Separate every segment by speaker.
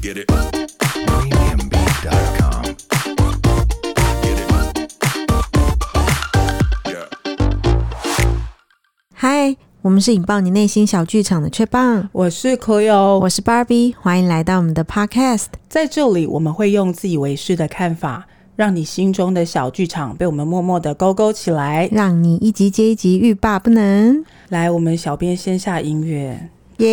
Speaker 1: Get it. Premiumbeat.com. Get it. Yeah.
Speaker 2: 嗨，我们是引爆你内心小剧场的雀棒，
Speaker 3: 我是 Cleo，
Speaker 2: 我是 Barbie，欢迎来到我们的 Podcast。
Speaker 3: 在这里我们会用自以为是的看法，让你心中的小剧场被我们默默的勾勾起来。
Speaker 2: 让你一集接一集欲罢不能，
Speaker 3: 来，我们小编先下音乐。
Speaker 2: 耶、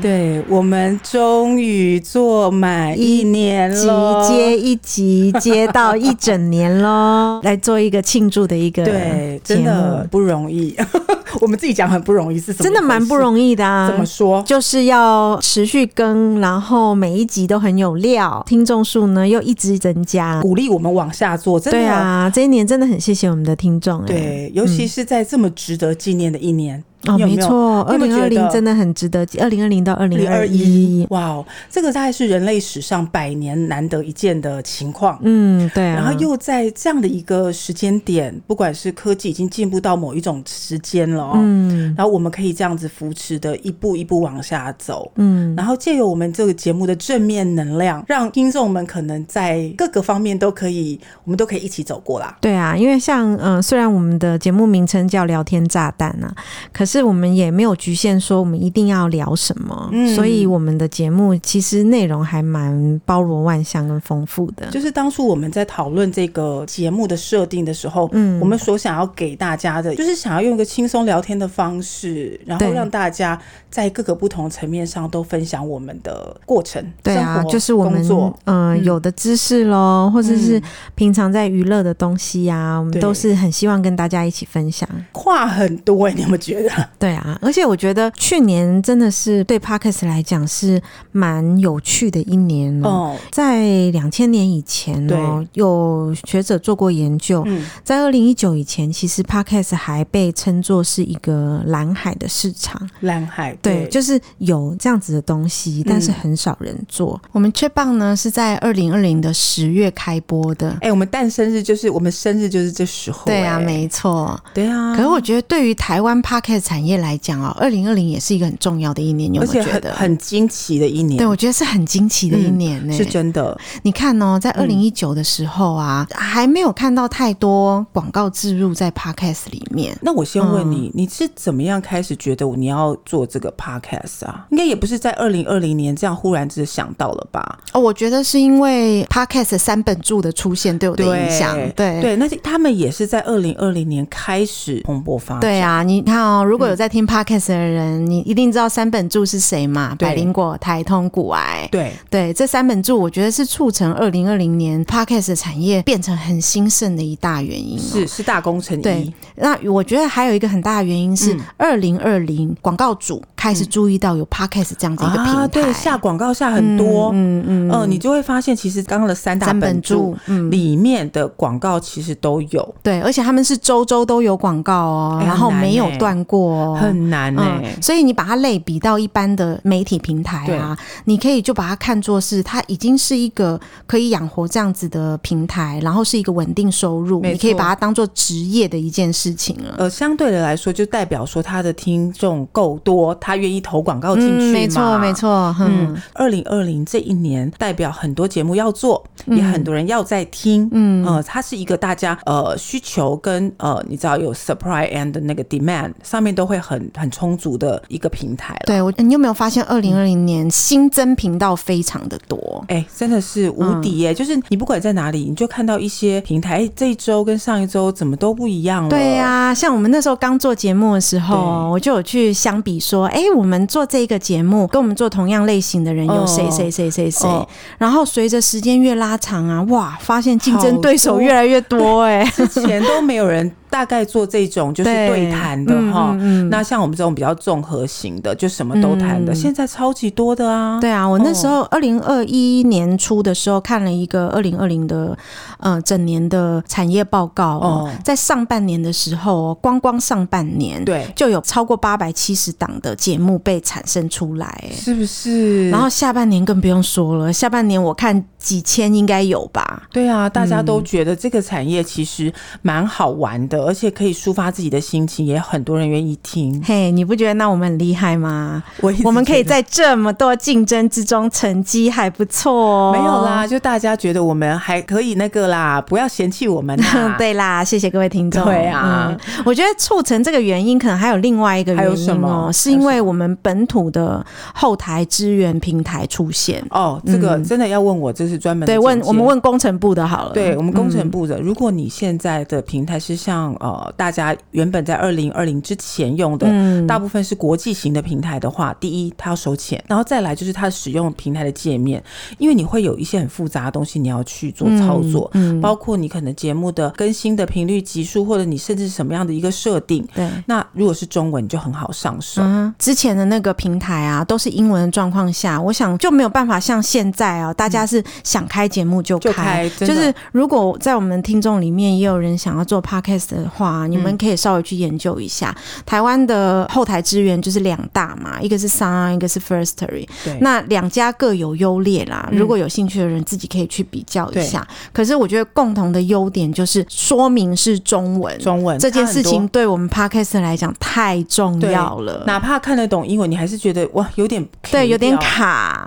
Speaker 3: 对我们终于做满一年
Speaker 2: 集
Speaker 3: 了，
Speaker 2: 接一集，接到一整年 喽，来做一个庆祝的一个
Speaker 3: 对，
Speaker 2: 节
Speaker 3: 真
Speaker 2: 目
Speaker 3: 的不容易。 我们自己讲很不容易，是什么？
Speaker 2: 真的蛮不
Speaker 3: 易、
Speaker 2: 容易的啊。
Speaker 3: 怎么说？
Speaker 2: 就是要持续更，然后每一集都很有料，听众数呢又一直增加。
Speaker 3: 鼓励我们往下做，真的
Speaker 2: 对啊，这一年真的很谢谢我们的听众、哎
Speaker 3: 对，尤其是在这么值得纪念的一年，
Speaker 2: 哦，
Speaker 3: 你有
Speaker 2: 没
Speaker 3: 没有
Speaker 2: 错，二
Speaker 3: 你有没
Speaker 2: 零二
Speaker 3: 有觉
Speaker 2: 零
Speaker 3: 得
Speaker 2: 真的很值得，二零二零到二零
Speaker 3: 零
Speaker 2: 二
Speaker 3: 二一
Speaker 2: 一，，
Speaker 3: 哇哦，这个大概是人类史上百年难得一见的情况。
Speaker 2: 嗯，对啊，
Speaker 3: 然后又在这样的一个时间点，不管是科技已经进步到某一种时间了、哦，
Speaker 2: 嗯
Speaker 3: 然后我们可以这样子扶持的一步一步往下走。
Speaker 2: 嗯，
Speaker 3: 然后借由我们这个节目的正面能量，让听众们可能在各个方面都可以，我们都可以一起走过啦。
Speaker 2: 对啊，因为像嗯、呃虽然我们的节目名称叫“聊天炸弹”啊，可是我们也没有局限说我们一定要聊什么，
Speaker 3: 嗯
Speaker 2: 所以我们的节目其实内容还蛮包罗万象跟丰富的。
Speaker 3: 就是当初我们在讨论这个节目的设定的时候，
Speaker 2: 嗯
Speaker 3: 我们所想要给大家的，就是想要用一个轻松聊天的方式，然后
Speaker 2: 对
Speaker 3: 让大家在各个不同层面上都分享我们的过程，
Speaker 2: 对啊
Speaker 3: 生，活
Speaker 2: 就是我们
Speaker 3: 工作。
Speaker 2: 嗯、呃
Speaker 3: 嗯
Speaker 2: 有的知识咯，或者是
Speaker 3: 嗯
Speaker 2: 平常在娱乐的东西呀、啊，我们
Speaker 3: 对
Speaker 2: 都是很希望跟大家一起分享。
Speaker 3: 话很多哎、你有没有觉得？
Speaker 2: 对啊，而且我觉得去年真的是对 Parkes 来讲是蛮有趣的一年哦。
Speaker 3: 哦，
Speaker 2: 在两千年以前哦，有学者做过研究，
Speaker 3: 嗯，
Speaker 2: 在二零一九以前，其实 Podcast 还被称作是一个蓝海的市场。
Speaker 3: 蓝海
Speaker 2: 对，就是有这样子的东西，但是
Speaker 3: 嗯
Speaker 2: 很少人做。
Speaker 4: 我们雀棒呢是在二零二零的十月开播的。
Speaker 3: 哎、我们诞生日就是我们生日就是这时候、
Speaker 4: 对啊，嗯
Speaker 3: 哎
Speaker 4: 没错。
Speaker 3: 对啊，
Speaker 4: 可是我觉得，对于台湾 p a r k e t 产业来讲哦，二零二零也是一个很重要的一年，你有
Speaker 3: 而
Speaker 4: 没有
Speaker 3: 且
Speaker 4: 觉
Speaker 3: 很
Speaker 4: 得？
Speaker 3: 很惊奇的一年，嗯
Speaker 4: 对，我觉得是很惊奇的一年呢、
Speaker 3: 是嗯真的，
Speaker 4: 你看哦，在二零一九的时候啊，还没有看到太多广告植入在 Podcast 里面。
Speaker 3: 那我
Speaker 2: 嗯
Speaker 3: 先问你，你是怎么样开始觉得你要做这个 podcast 啊？应该也不是在二零二零年这样忽然之想到了吧？
Speaker 4: 哦，我觉得是因为 Podcast 三本柱的出现对我的影响。对
Speaker 3: 对，那是他们也是在二零二零年开始蓬勃发展。
Speaker 4: 对啊，你看哦，如果有在听 podcast 的人，你一定知道三本柱是谁嘛？
Speaker 3: 对
Speaker 4: 百灵果、台通、古癌。
Speaker 3: 对
Speaker 4: 对，这三本柱，我觉得是促成二零二零年 podcast 的产业变成很兴盛的一大原因、哦。
Speaker 3: 是是大功臣一
Speaker 4: 对，那我觉得还有一个很大的原因是
Speaker 3: 嗯，
Speaker 4: 二零二零广告主开始注意到有 podcast 这样子一个平台，
Speaker 3: 啊，对，下广告下很多，嗯
Speaker 4: 嗯嗯，
Speaker 3: 呃，你就会发现其实刚刚的三大
Speaker 4: 三本
Speaker 3: 本柱
Speaker 4: 柱，嗯，
Speaker 3: 里面的广告其实都有，
Speaker 4: 对，而且他们是周周都有广告哦，
Speaker 3: 哎
Speaker 4: 然后
Speaker 3: 很难
Speaker 4: 没有
Speaker 3: 欸
Speaker 4: 断过哦，
Speaker 3: 很难欸呢、
Speaker 4: 嗯，所以你把它类比到一般的媒体平台啊，你可以就把它看作是它已经是一个可以养活这样子的平台，然后是一个稳定收入，
Speaker 3: 没错
Speaker 4: 你可以把它当做职业的一件事情了。
Speaker 3: 呃，相对的来说，就代表说他的听众够多，他愿意投广告进去、嘛。
Speaker 4: 嗯没错，没错，嗯
Speaker 3: 嗯，二零二零这一年代表很多节目要做，
Speaker 4: 嗯
Speaker 3: 也很多人要在听，嗯，呃，它是一个大家呃需求跟呃你知道有 supply and 那个 demand 上面都会很很充足的一个平台了。
Speaker 4: 对我，你有没有发现二零二零年新增频道非常的多？
Speaker 3: 哎、真的是无
Speaker 4: 嗯
Speaker 3: 敌耶、就是你不管在哪里，你就看到一些平台，哎、这一周跟上一周怎么都不一样了。
Speaker 4: 对呀、、像我们那时候刚做节目的时候，
Speaker 3: 对
Speaker 4: 我就有去相比说，哎、我们做这个节目跟我们做同样类型的人有谁
Speaker 3: 哦
Speaker 4: 谁谁谁谁
Speaker 3: 哦，
Speaker 4: 然后随着时间越拉长啊，哇，发现竞争对手越来越多、 哎，
Speaker 3: 之前都没有人大概做这 种就是
Speaker 4: 对
Speaker 3: 对谈的
Speaker 4: 嗯
Speaker 3: 哈、
Speaker 4: 嗯嗯
Speaker 3: 那像我们这种比较综合型的，就什么都谈的、
Speaker 4: 嗯
Speaker 3: 现在超级多的啊。
Speaker 4: 对啊，我那时候二零二一年初的时候看了一个二零二零的呃整年的产业报告哦，
Speaker 3: 哦
Speaker 4: 在上半年的时候哦，光光上半年
Speaker 3: 对，
Speaker 4: 就有超过八百七十档的节目被产生出来、哎
Speaker 3: 是不是？
Speaker 4: 然后下半年更不用说了，下半年我看
Speaker 2: 几千应该有吧？
Speaker 3: 对啊，大家都觉得这个产业其实蛮好玩的，而且可以抒发自己的心情，也很多人愿意听。
Speaker 2: 嘿、你不觉得那我们很厉害 吗？
Speaker 3: 我一直
Speaker 2: 我们可以
Speaker 3: 觉得。
Speaker 2: 在这么多竞争之中，成绩还不错哦。
Speaker 3: 没有啦，，就大家觉得我们还可以那个啦，不要嫌弃我们啊啦。
Speaker 2: 对啦，谢谢各位听众。
Speaker 3: 对啊
Speaker 2: 嗯我觉得促成这个原因，可能还有另外一个原因、哦，
Speaker 3: 还有什么
Speaker 2: 是因为我们本土的后台支援平台出现。
Speaker 3: 哦，这个真的要问我，这是专门的
Speaker 2: 对，问
Speaker 3: 见解
Speaker 2: 我们问工程部的好了。
Speaker 3: 对我们工
Speaker 2: 嗯
Speaker 3: 程部的，如果你现在的平台是像呃大家原本在二零二零之前用的，
Speaker 2: 嗯
Speaker 3: 大部分是国际型的平台的话，第一它要收钱，然后再来就是它使用平台的界面，因为你会有一些很复杂的东西你要去做
Speaker 2: 嗯
Speaker 3: 操作，包括你可能节目的更新的频率、集数，或者你甚至什么样的一个设定。
Speaker 2: 对。
Speaker 3: 那如果是中文，你就很好上手。
Speaker 2: 嗯，之前的那个平台啊，都是英文的状况下，我想就没有办法像现在啊，大家是想开节目就开，
Speaker 3: 嗯就开真的
Speaker 2: 是如果在我们听众里面也有人想要做 podcast 的话，你
Speaker 3: 嗯
Speaker 2: 们可以稍微去研究一下。台湾的后台资源就是两大嘛，一个是 Sound，一个是 Firstory，
Speaker 3: 对，嗯
Speaker 2: 那两家各有优劣啦。如果有兴趣的人，自己可以去比较一下。可是我觉得共同的优点就是说明是中文，
Speaker 3: 中文
Speaker 2: 这件事。
Speaker 3: 差很
Speaker 2: 情
Speaker 3: 多
Speaker 2: 对我们 podcast 来讲太重要了。
Speaker 3: 哪怕看得懂英文，你还是觉得哇，有点
Speaker 2: 对，有点
Speaker 3: 卡。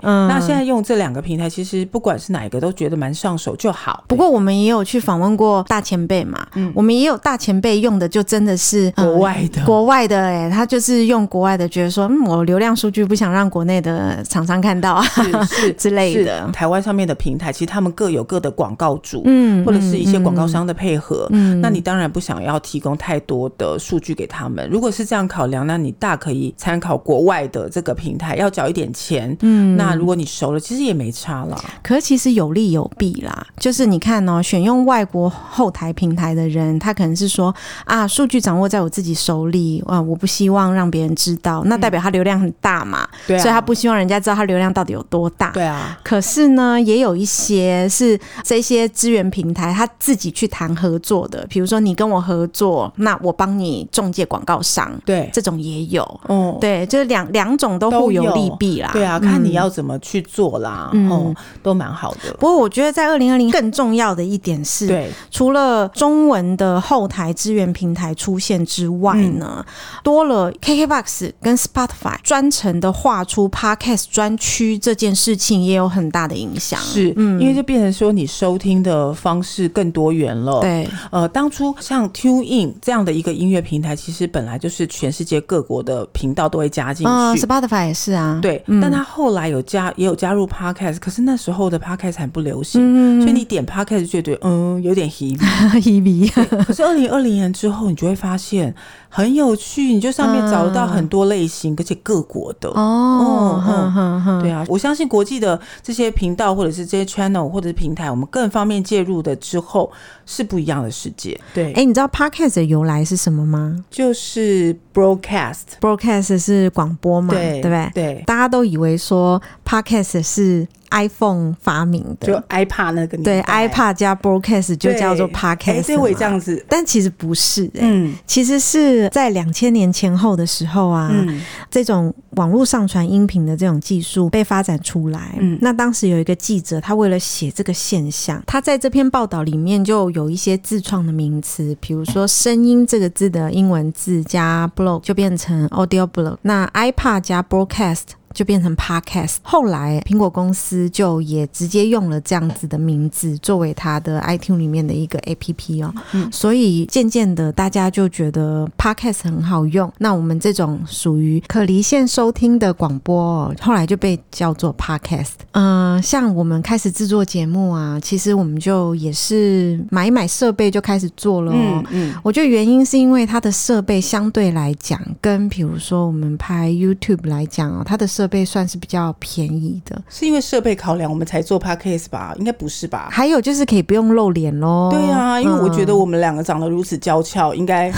Speaker 2: 卡。嗯，
Speaker 3: 那现在用这两个平台，其实不管是哪一个，都觉得蛮上手就好。
Speaker 2: 不过我们也有去访问过大前辈嘛，我们也有大前辈用的，就真的是、呃
Speaker 3: 嗯国外的
Speaker 2: 国外的哎、他就是用国外的，觉得说，嗯，我流量数据不想让国内的厂商看到啊
Speaker 3: 是是
Speaker 2: 之类的
Speaker 3: 是。台湾上面的平台，其实他们各有各的广告主，
Speaker 2: 嗯
Speaker 3: 或者是一些广告
Speaker 2: 嗯
Speaker 3: 商的配合。
Speaker 2: 嗯
Speaker 3: 那你当然不想要提供太多的数据给他们。如果是这样考量，那你大可以参考国外的这个平台，要缴一点钱。嗯，那如果你熟了，其实也没差啦。
Speaker 2: 可其实有利有弊啦，就是你看哦，选用外国后台平台的人，他可能是说啊，数据掌握在我自己手里啊，我不希望让别人知道，那代表他流量很大嘛，
Speaker 3: 嗯对啊，
Speaker 2: 所以他不希望人家知道他流量到底有多大。
Speaker 3: 对啊，
Speaker 2: 可是呢，也有一些是这些资源平台他自己去谈合作的，比如说你跟我合作，那我帮你中介广告商，
Speaker 3: 对，
Speaker 2: 这种也有。
Speaker 3: 哦，
Speaker 2: 对，就是两两种都互有利弊啦。
Speaker 3: 对啊，看你要怎么去做啦，哦
Speaker 2: 嗯，
Speaker 3: 都蛮好的。
Speaker 2: 不过我觉得在二零二零更重要的一点是，
Speaker 3: 对，
Speaker 2: 除了中文的后台资源平台出现之外呢，
Speaker 3: 嗯
Speaker 2: 多了 KKBOX 跟 Spotify 专程的划出 Podcast 专区这件事情，也有很大的影响。
Speaker 3: 是，
Speaker 2: 嗯
Speaker 3: 因为就变成说你收听的方式更多元了。，
Speaker 2: 对，
Speaker 3: 呃，当初像 Tune In 这样的一个音乐平台，其实本来就是全世界各国的频道都会加进去。
Speaker 2: 嗯、s p o t i f y 也是啊，
Speaker 3: 对，
Speaker 2: 嗯
Speaker 3: 但它后来有加也有加入 podcast，可是那时候的 podcast 还不流行，
Speaker 2: 嗯
Speaker 3: 所以你点 podcast 就觉得嗯有 点 heavy。
Speaker 5: E
Speaker 2: Hebe
Speaker 3: 可是二零二零年之后，你就会发现很有趣，你就上面找得
Speaker 2: 啊
Speaker 3: 到很多类型，而且各国的。
Speaker 2: 哦，哼
Speaker 3: 嗯
Speaker 2: 哼哼，
Speaker 3: 对啊，我相信国际的这些频道或者是这些 channel 或者是平台，我们更方便介入的之后是不一样的世界。对，
Speaker 5: 哎、你知道 podcast 的由来是什么吗
Speaker 3: 就是 broadcast，
Speaker 5: ？broadcast 是广播嘛，对
Speaker 3: 对
Speaker 5: 不对？
Speaker 3: 对，
Speaker 5: 大家都以为说 podcast 是 iPhone 发明
Speaker 3: 就
Speaker 5: 的，
Speaker 3: iPad 那个年
Speaker 5: 对
Speaker 3: 代
Speaker 5: ，iPad 加 broadcast 就叫做
Speaker 3: 对哎
Speaker 5: podcast。
Speaker 3: 对，我也这，样子，
Speaker 5: 但其实不是、欸，
Speaker 3: 嗯
Speaker 5: 其实是在两千年前后的时候啊，
Speaker 3: 嗯
Speaker 5: 这种网络上传音频的这种技术被发展出来。
Speaker 3: 嗯
Speaker 5: 那当时有一个记者，他为了写这个现象，他在这篇报道里面就有一些自创的名词，比如说“声音”这个字的英文字加 blog 就变成 audio blog，那 iPad 加 broadcast。就变成 podcast。后来苹果公司就也直接用了这样子的名字作为它的 iTune 里面的一个 APP 哦。所以渐渐的，大家就觉得 podcast 很好用。那我们这种属于可离线收听的广播哦、后来就被叫做 podcast。嗯、像我们开始制作节目啊，其实我们就也是买一买设备就开始做了、哦。
Speaker 3: 嗯嗯，
Speaker 5: 我觉得原因是因为它的设备相对来讲，跟比如说我们拍 YouTube 来讲哦，它的设备算是比较便宜的。
Speaker 3: 是因为设备考量我们才做 podcast 吧？应该不是吧？
Speaker 5: 还有就是可以不用露脸喽。
Speaker 3: 对啊，因为我觉得
Speaker 5: 哦嗯
Speaker 3: 我们两个长得如此娇俏，应该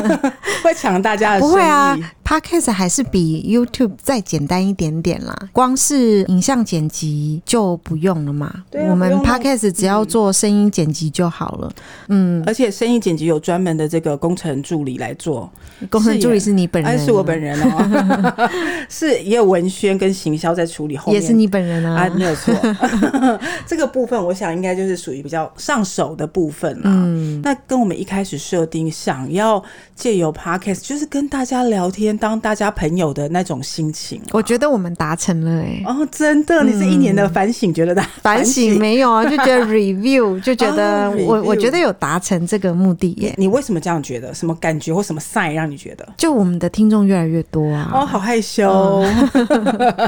Speaker 3: 会抢大家的
Speaker 5: 不
Speaker 3: 生
Speaker 5: 会啊
Speaker 3: 意。
Speaker 2: Podcast 还是比 YouTube 再简单一点点啦，光是影像剪辑就不用了嘛。
Speaker 3: 对啊
Speaker 2: 我们
Speaker 3: 不用了
Speaker 2: Podcast 只要做声音剪辑就好了。嗯，
Speaker 3: 而且声音剪辑有专门的这个工程助理来做，
Speaker 2: 工程助理是你本人、啊
Speaker 3: 哎，是我本，人哦，是也有文宣跟行销在处理后面，
Speaker 2: 也是你本人啊。
Speaker 3: 啊，没有错。 这个部分我想应该就是属于比较上手的部分啦。
Speaker 2: 嗯
Speaker 3: 那跟我们一开始设定想要借由 podcast，就是跟大家聊天，当大家朋友的那种心情。
Speaker 2: 我觉得我们达成了哎、
Speaker 3: 哦，真的，你是一年的反省，觉得的
Speaker 2: 嗯反省没有啊，就觉得 review 就觉得
Speaker 3: 哦
Speaker 2: 我、
Speaker 3: review
Speaker 2: 我觉得有达成这个目的耶、
Speaker 3: 你为什么这样觉得？什么感觉或什么 sign 让你觉得？
Speaker 2: 就我们的听众越来越多啊。嗯
Speaker 3: 哦，好害羞。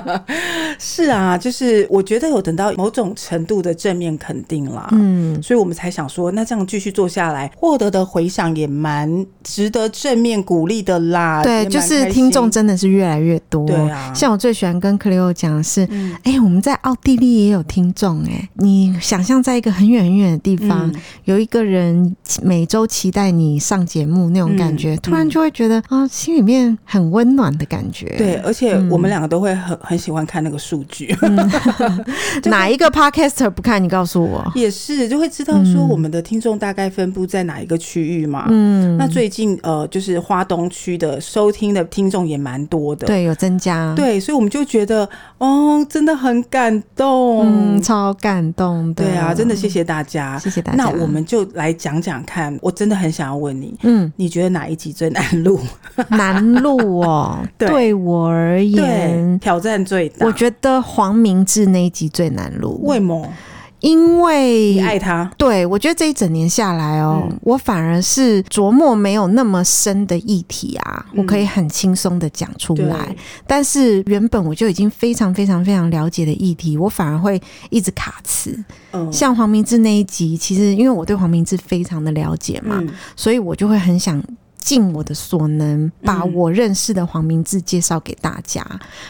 Speaker 3: 是啊，就是我觉得有等到某种程度的正面肯定啦，嗯，所以我们才想说，那这样继续做下来，获得的回响也蛮值得正面鼓励的啦。也
Speaker 2: 对，
Speaker 3: 蛮
Speaker 2: 就是
Speaker 3: 开
Speaker 2: 听众
Speaker 3: 心
Speaker 2: 真的是越来越多。
Speaker 3: 对啊
Speaker 2: 像我最喜欢跟克里欧讲的是，哎、我们在奥地利也有听众哎、你想象在一个很远很远的地方，
Speaker 3: 嗯
Speaker 2: 有一个人每周期待你上节目那种感觉，
Speaker 3: 嗯
Speaker 2: 突然就会觉得啊、心里面很温暖的感觉。
Speaker 3: 对，而且
Speaker 2: 嗯
Speaker 3: 我们两个都会很很喜欢看那个数据，
Speaker 2: 哪一个 podcaster 不看？你告诉我。
Speaker 3: 也是就会知道说我们的听众大概分布在哪一个区域嘛。嗯，那最近呃，就是花东区的收听的听众也蛮多的。
Speaker 2: 对，有增加。。
Speaker 3: 对，所以我们就觉得，哦，真的很感动。
Speaker 2: 嗯，超感动的。
Speaker 3: 对啊，真的谢谢大家。
Speaker 2: 谢谢大家。
Speaker 3: 那我们就来讲讲看，我真的很想要问你，
Speaker 2: 嗯，
Speaker 3: 你觉得哪一集最难录？
Speaker 2: 南路哦，
Speaker 3: 对
Speaker 2: 对我而
Speaker 3: 对，
Speaker 2: 言，
Speaker 3: 挑战最大。
Speaker 2: 我觉得黄明志那一集最难录，
Speaker 3: 为么？
Speaker 2: 因
Speaker 3: 你
Speaker 2: 为
Speaker 3: 爱他？
Speaker 2: 对我觉得这一整年下来哦，
Speaker 3: 嗯
Speaker 2: 我反而是琢磨没有那么深的议题啊，
Speaker 3: 嗯
Speaker 2: 我可以很轻松的讲出
Speaker 3: 对，
Speaker 2: 来。但是原本我就已经非常非常非常了解的议题，我反而会一直卡词。
Speaker 3: 嗯，
Speaker 2: 像黄明志那一集，其实因为我对黄明志非常的了解嘛，
Speaker 3: 嗯
Speaker 2: 所以我就会很想尽我的所能，把我认识的黄明志介绍给大家。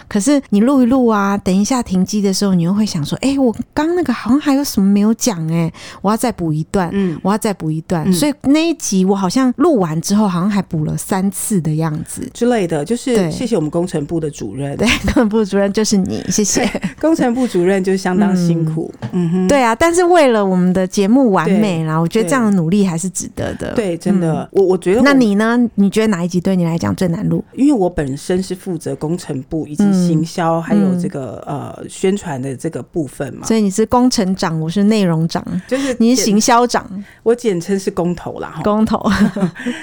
Speaker 2: 可是你录一录啊，等一下停机的时候，你又会想说：“哎、我刚那个好像还有什么没有讲哎、我要再补一段。
Speaker 3: 嗯，
Speaker 2: 我要再补一段，
Speaker 3: 嗯
Speaker 2: 所以那一集我好像录完之后，好像还补了三次的样子。
Speaker 3: 之类的，就是
Speaker 2: 对
Speaker 3: 谢谢我们工程部的主任，
Speaker 2: 对，根部主任就是你，谢谢。
Speaker 3: 工程部主任就是相当辛苦。嗯 哼，
Speaker 2: 对啊，但是为了我们的节目完美啦，我觉得
Speaker 3: 对
Speaker 2: 这样的努力还是值得的。，
Speaker 3: 对，真的，我我觉得我
Speaker 2: 嗯那你呢？你觉得哪一集对你来讲最难录？
Speaker 3: 因为我本身是负责工程部以及行
Speaker 2: 嗯
Speaker 3: 销，还有这个、呃宣传的这个部分嘛，
Speaker 2: 所以你是工程长，我是内容长，
Speaker 3: 就是哦
Speaker 2: 你是
Speaker 3: 简，
Speaker 2: 行销长，
Speaker 3: 我简称是工头啦哈。
Speaker 2: 工头。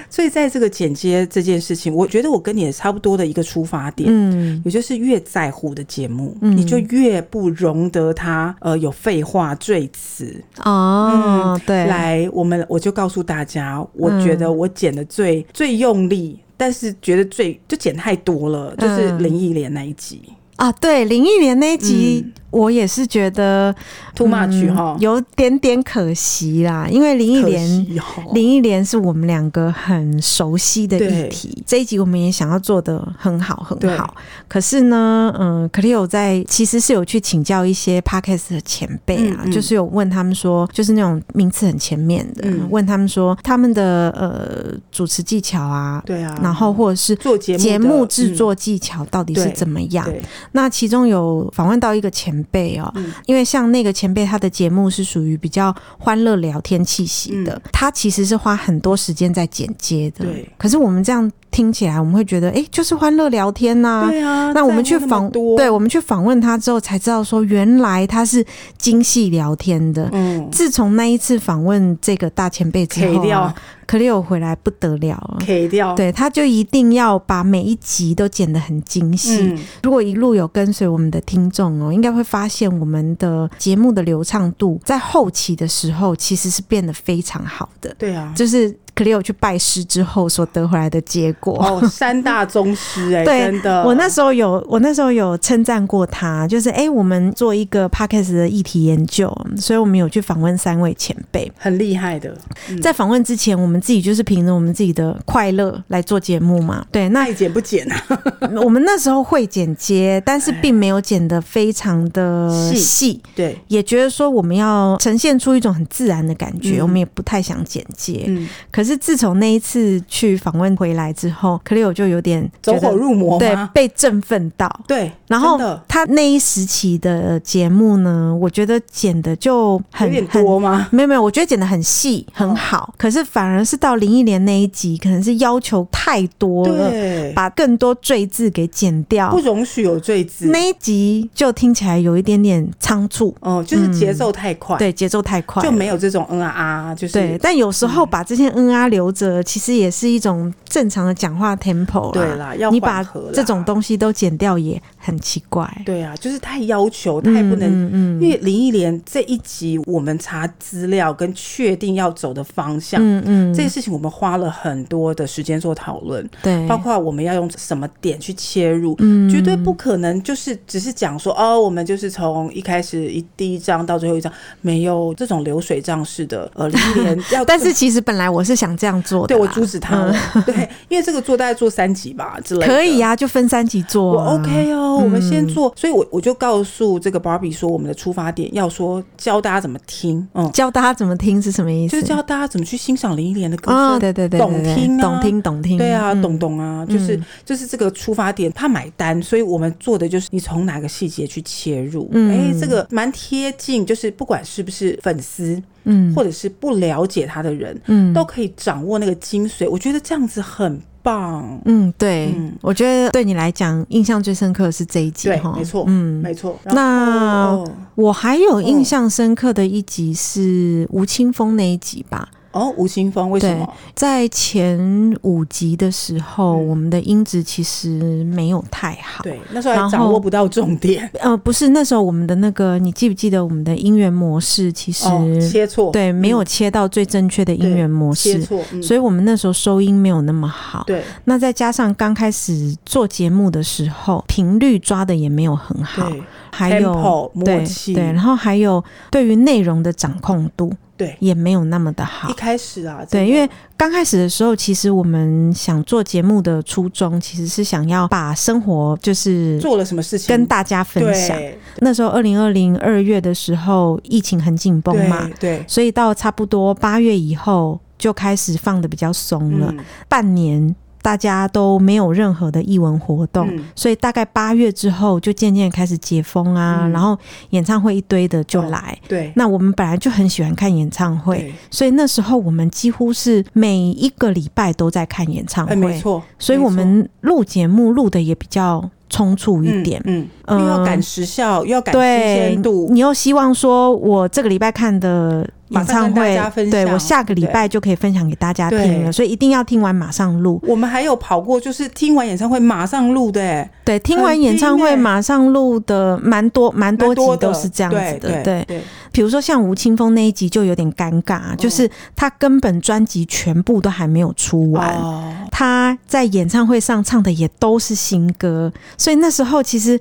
Speaker 3: 所以在这个剪接这件事情，我觉得我跟你也差不多的一个出发点。
Speaker 2: 嗯，
Speaker 3: 也就是越在乎的节目，你就越不容得他呃有废话赘词。
Speaker 2: 哦，对，嗯
Speaker 3: 嗯来，我们我就告诉大家，我觉得我剪的最、最用力，但是觉得最就剪太多了，就是
Speaker 2: 嗯
Speaker 3: 林忆莲那一集、
Speaker 2: 啊，对，零一年那一集，
Speaker 3: 嗯
Speaker 2: 我也是觉得
Speaker 3: too much 哈、
Speaker 2: 嗯有点点可惜啦，因为零一
Speaker 3: 哦可
Speaker 2: 年。
Speaker 3: 惜哦
Speaker 2: 林忆莲是我们两个很熟悉的议题，这一集我们也想要做的很好很好。可是呢，嗯，可丽有在其实是有去请教一些 podcast 的前辈啊，
Speaker 3: 嗯嗯
Speaker 2: 就是有问他们说，就是那种名次很前面的，
Speaker 3: 嗯
Speaker 2: 问他们说他们的呃主持技巧啊，
Speaker 3: 对啊，
Speaker 2: 然后或者是
Speaker 3: 做节目
Speaker 2: 节
Speaker 3: 的嗯
Speaker 2: 目制、作技巧到底是
Speaker 3: 对
Speaker 2: 怎么
Speaker 3: 嗯
Speaker 2: 样？
Speaker 3: 对
Speaker 2: 那其中有访问到一个前辈哦，
Speaker 3: 嗯
Speaker 2: 因为像那个前辈，他的节目是属于比较欢乐聊天气息的，
Speaker 3: 嗯
Speaker 2: 他其实是花很多时间在剪接的。
Speaker 3: 对
Speaker 2: 可是我们这样听起来，我们会觉得，哎、就是欢乐聊天呐、
Speaker 3: 对啊，
Speaker 2: 那我们
Speaker 3: 在
Speaker 2: 去
Speaker 3: 乎么
Speaker 2: 访，
Speaker 3: 多，
Speaker 2: 对我们去访问他之后，才知道说原来他是精细聊天的。
Speaker 3: 嗯，
Speaker 2: 自从那一次访问这个大前辈之
Speaker 3: K
Speaker 2: 后、
Speaker 3: 掉
Speaker 2: 啊，克里欧回来不得了啊！
Speaker 3: K 掉，
Speaker 2: 对，他就一定要把每一集都剪得很精细，
Speaker 3: 嗯，
Speaker 2: 如果一路有跟随我们的听众哦，应该会发现我们的节目的流畅度在后期的时候其实是变得非常好的，
Speaker 3: 对啊，
Speaker 2: 就是 Cleo 去拜师之后所得回来的结果。
Speaker 3: 哦，三大宗师 哎、
Speaker 2: 对
Speaker 3: 真的，
Speaker 2: 我那时候有，我那时候有称赞过他，就是哎、诶我们做一个 podcast 的议题研究，所以我们有去访问三位前辈。
Speaker 3: 很厉害的，
Speaker 2: 在访问之前，我们自己就是凭着我们自己的快乐来做节目嘛。对，那
Speaker 3: 爱剪不剪啊？
Speaker 2: 我们那时候会剪接，但是并没有剪得非常的
Speaker 3: 细
Speaker 2: 细，
Speaker 3: 对，
Speaker 2: 也觉得说我们要呈现出一种很自然的感觉，
Speaker 3: 嗯
Speaker 2: 我们也不太想剪接。
Speaker 3: 嗯，
Speaker 2: 可是自从那一次去访问回来之后，Cleo 就有点
Speaker 3: 走
Speaker 2: 觉得
Speaker 3: 火入魔
Speaker 2: 对
Speaker 3: 吗，？
Speaker 2: 被振奋到。
Speaker 3: 对，
Speaker 2: 然后
Speaker 3: 真的
Speaker 2: 他那一时期的节目呢，我觉得剪的就
Speaker 3: 有
Speaker 2: 很
Speaker 3: 点
Speaker 2: 很
Speaker 3: 多哦吗？
Speaker 2: 没有没有，我觉得剪的很细很好，可是反而是到零一年那一集，可能是要求太多了，
Speaker 3: 对，
Speaker 2: 把更多赘字给剪掉
Speaker 3: 不。容许有罪字。
Speaker 2: 那一集就听起来有一点点仓促，
Speaker 3: 哦，就是节奏太快，
Speaker 2: 嗯对，节奏太快了，
Speaker 3: 就没有这种嗯啊啊，就是
Speaker 2: 对。但有时候把这些嗯啊留着，其实也是一种正常的讲话 tempo 啦。
Speaker 3: 对啦，要
Speaker 2: 你
Speaker 3: 缓
Speaker 2: 把
Speaker 3: 和啦
Speaker 2: 这种东西都剪掉也很奇怪。
Speaker 3: 对啊，就是太要求，太不能。
Speaker 2: 嗯
Speaker 3: 因为林忆莲这一集，我们查资料跟确定要走的方向，
Speaker 2: 嗯嗯，
Speaker 3: 这些事情我们花了很多的时间做讨论，
Speaker 2: 对，嗯
Speaker 3: 包括我们要用什么点去切入，绝对不可能就是只是讲说哦，我们就是从一开始一第一章到最后一章，没有这种流水账式的呃林忆 莲要，
Speaker 2: 但是其实本来我是想这样做的
Speaker 3: 对
Speaker 2: 啦，
Speaker 3: 我阻止他了， 对，因为这个做大概做三集吧之类的，
Speaker 2: 可以啊，就分三级做
Speaker 3: 我
Speaker 2: 啊、
Speaker 3: OK 哦，我们先做，所以我我就告诉这个 Barbie 说，我们的出发点要说教大家怎么听，嗯，
Speaker 2: 教大家怎么听是什么意
Speaker 3: 就
Speaker 2: 思？
Speaker 3: 是教大家怎么去欣赏林忆莲的歌
Speaker 2: 啊、
Speaker 3: 声，
Speaker 2: 对对对，对
Speaker 3: 懂
Speaker 2: 对
Speaker 3: 听啊
Speaker 2: 懂听，懂听，
Speaker 3: 对啊，
Speaker 2: 嗯
Speaker 3: 懂懂啊，就是就是这个出发点，他买单，所以我们做的就是你从哪个细节去切入，
Speaker 2: 嗯
Speaker 3: 哎，这个蛮贴近，就是不管是不是粉丝，嗯，或者是不了解他的人，嗯，都可以掌握那个精髓，我觉得这样子很棒，
Speaker 2: 嗯，对
Speaker 3: 嗯
Speaker 2: 我觉得对你来讲印象最深刻的是这一集
Speaker 3: 对，
Speaker 2: 哈
Speaker 3: 没，错，
Speaker 2: 嗯
Speaker 3: 没错，然后
Speaker 2: 那
Speaker 3: 哦
Speaker 2: 我还有印
Speaker 3: 嗯
Speaker 2: 象深刻的一集是吴青峰那一集吧，
Speaker 3: 哦，吴青峰为什么？
Speaker 2: 在前五集的时候，
Speaker 3: 嗯
Speaker 2: 我们的音质其实没有太好。
Speaker 3: 对，那时候还
Speaker 2: 然
Speaker 3: 掌握
Speaker 2: 后
Speaker 3: 不到重点，
Speaker 2: 呃，不是那时候我们的那个，你记不记得我们的音源模式其实、
Speaker 3: 哦，切错，
Speaker 2: 对没有
Speaker 3: 嗯
Speaker 2: 切到最正确的音
Speaker 3: 对
Speaker 2: 源模
Speaker 3: 切
Speaker 2: 式，
Speaker 3: 错，嗯
Speaker 2: 所以我们那时候收音没有那么好。
Speaker 3: 对
Speaker 2: 那再加上刚开始做节目的时候，频率抓的也没有很好，
Speaker 3: 对
Speaker 2: 还有
Speaker 3: tempo 默
Speaker 2: 对
Speaker 3: 契，
Speaker 2: 对，然后还有对于内容的掌控度
Speaker 3: 对
Speaker 2: 也没有那么的好
Speaker 3: 一。开始啊，
Speaker 2: 对，
Speaker 3: 真的
Speaker 2: 因为刚开始的时候，其实我们想做节目的初衷，其实是想要把生活就是
Speaker 3: 做了什么事情
Speaker 2: 跟大家分享。
Speaker 3: 对
Speaker 2: 那时候二零二零二月的时候，疫情很紧绷嘛，
Speaker 3: 对对，
Speaker 2: 所以到差不多八月以后就开始放的比较松了。
Speaker 3: 嗯
Speaker 2: 半年大家都没有任何的艺文活动，
Speaker 3: 嗯
Speaker 2: 所以大概八月之后就渐渐开始解封啊，
Speaker 3: 嗯
Speaker 2: 然后演唱会一堆的就
Speaker 3: 哦
Speaker 2: 来。
Speaker 3: 对
Speaker 2: 那我们本来就很喜欢看演唱会，
Speaker 3: 对，
Speaker 2: 所以那时候我们几乎是每一个礼拜都在看演唱
Speaker 3: 哎，
Speaker 2: 会，
Speaker 3: 没错，
Speaker 2: 所以
Speaker 3: 没
Speaker 2: 我
Speaker 3: 错
Speaker 2: 们录节目录的也比较匆促一点。
Speaker 3: 嗯，嗯
Speaker 2: 嗯
Speaker 3: 又要赶时效，又要赶新
Speaker 2: 对
Speaker 3: 鲜，度，
Speaker 2: 你又希望说，我这个礼拜看的演唱
Speaker 3: 马上跟
Speaker 2: 会
Speaker 3: 大家分，享
Speaker 2: 对我下个礼拜就可以分享给大家听
Speaker 3: 对
Speaker 2: 了，所以一定要听完马上录。
Speaker 3: 我们还有跑过，就是听完演唱会马上录的，哎
Speaker 2: 对，听
Speaker 3: 很
Speaker 2: 完演唱
Speaker 3: 拼欸
Speaker 2: 会马上录的蛮多蛮
Speaker 3: 蛮
Speaker 2: 多集
Speaker 3: 多的
Speaker 2: 都是这样子的。
Speaker 3: 对
Speaker 2: 对，
Speaker 3: 对，
Speaker 2: 比如说像吴青峰那一集就有点尴
Speaker 3: 哦
Speaker 2: 尬，就是他根本专辑全部都还没有出完，
Speaker 3: 哦，
Speaker 2: 他在演唱会上唱的也都是新歌，所以那时候其实，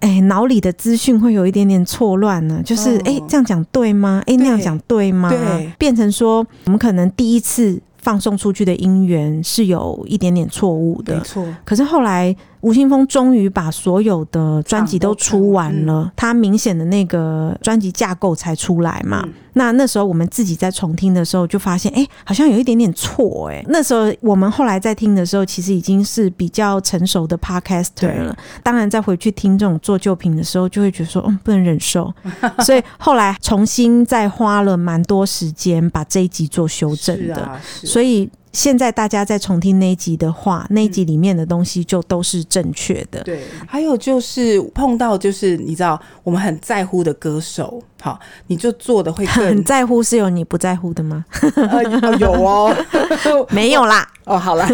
Speaker 2: 哎、脑里的资讯会有一点点错乱呢，就是
Speaker 3: 哦
Speaker 2: 哎、这样讲对吗？哎、那样
Speaker 3: 对
Speaker 2: 讲对吗？
Speaker 3: 对
Speaker 2: 变成说我们可能第一次放送出去的音源是有一点点错误
Speaker 3: 没
Speaker 2: 的。
Speaker 3: 错，
Speaker 2: 可是后来，吴青峰终于把所有的专辑都出完了，
Speaker 3: 嗯
Speaker 2: 他明显的那个专辑架构才出来嘛。
Speaker 3: 嗯
Speaker 2: 那那时候我们自己在重听的时候，就发现，哎、好像有一点点错，哎。那时候我们后来在听的时候，其实已经是比较成熟的 podcaster 了。当然，再回去听这种做旧品的时候，就会觉得说，嗯，不能忍 受。所以后来重新再花了蛮多时间把这一集做修正
Speaker 3: 是
Speaker 2: 的。
Speaker 3: 啊，是
Speaker 2: 所以现在大家在重听那一集的话，那一集里面的东西就都是正确的。
Speaker 3: 对，还有就是碰到就是你知道我们很在乎的歌手，好，你就做的会
Speaker 2: 很
Speaker 3: 更
Speaker 2: 在乎是有你不在乎的 吗？
Speaker 3: 呃有有哦
Speaker 2: 没有啦，
Speaker 3: 哦，好 了，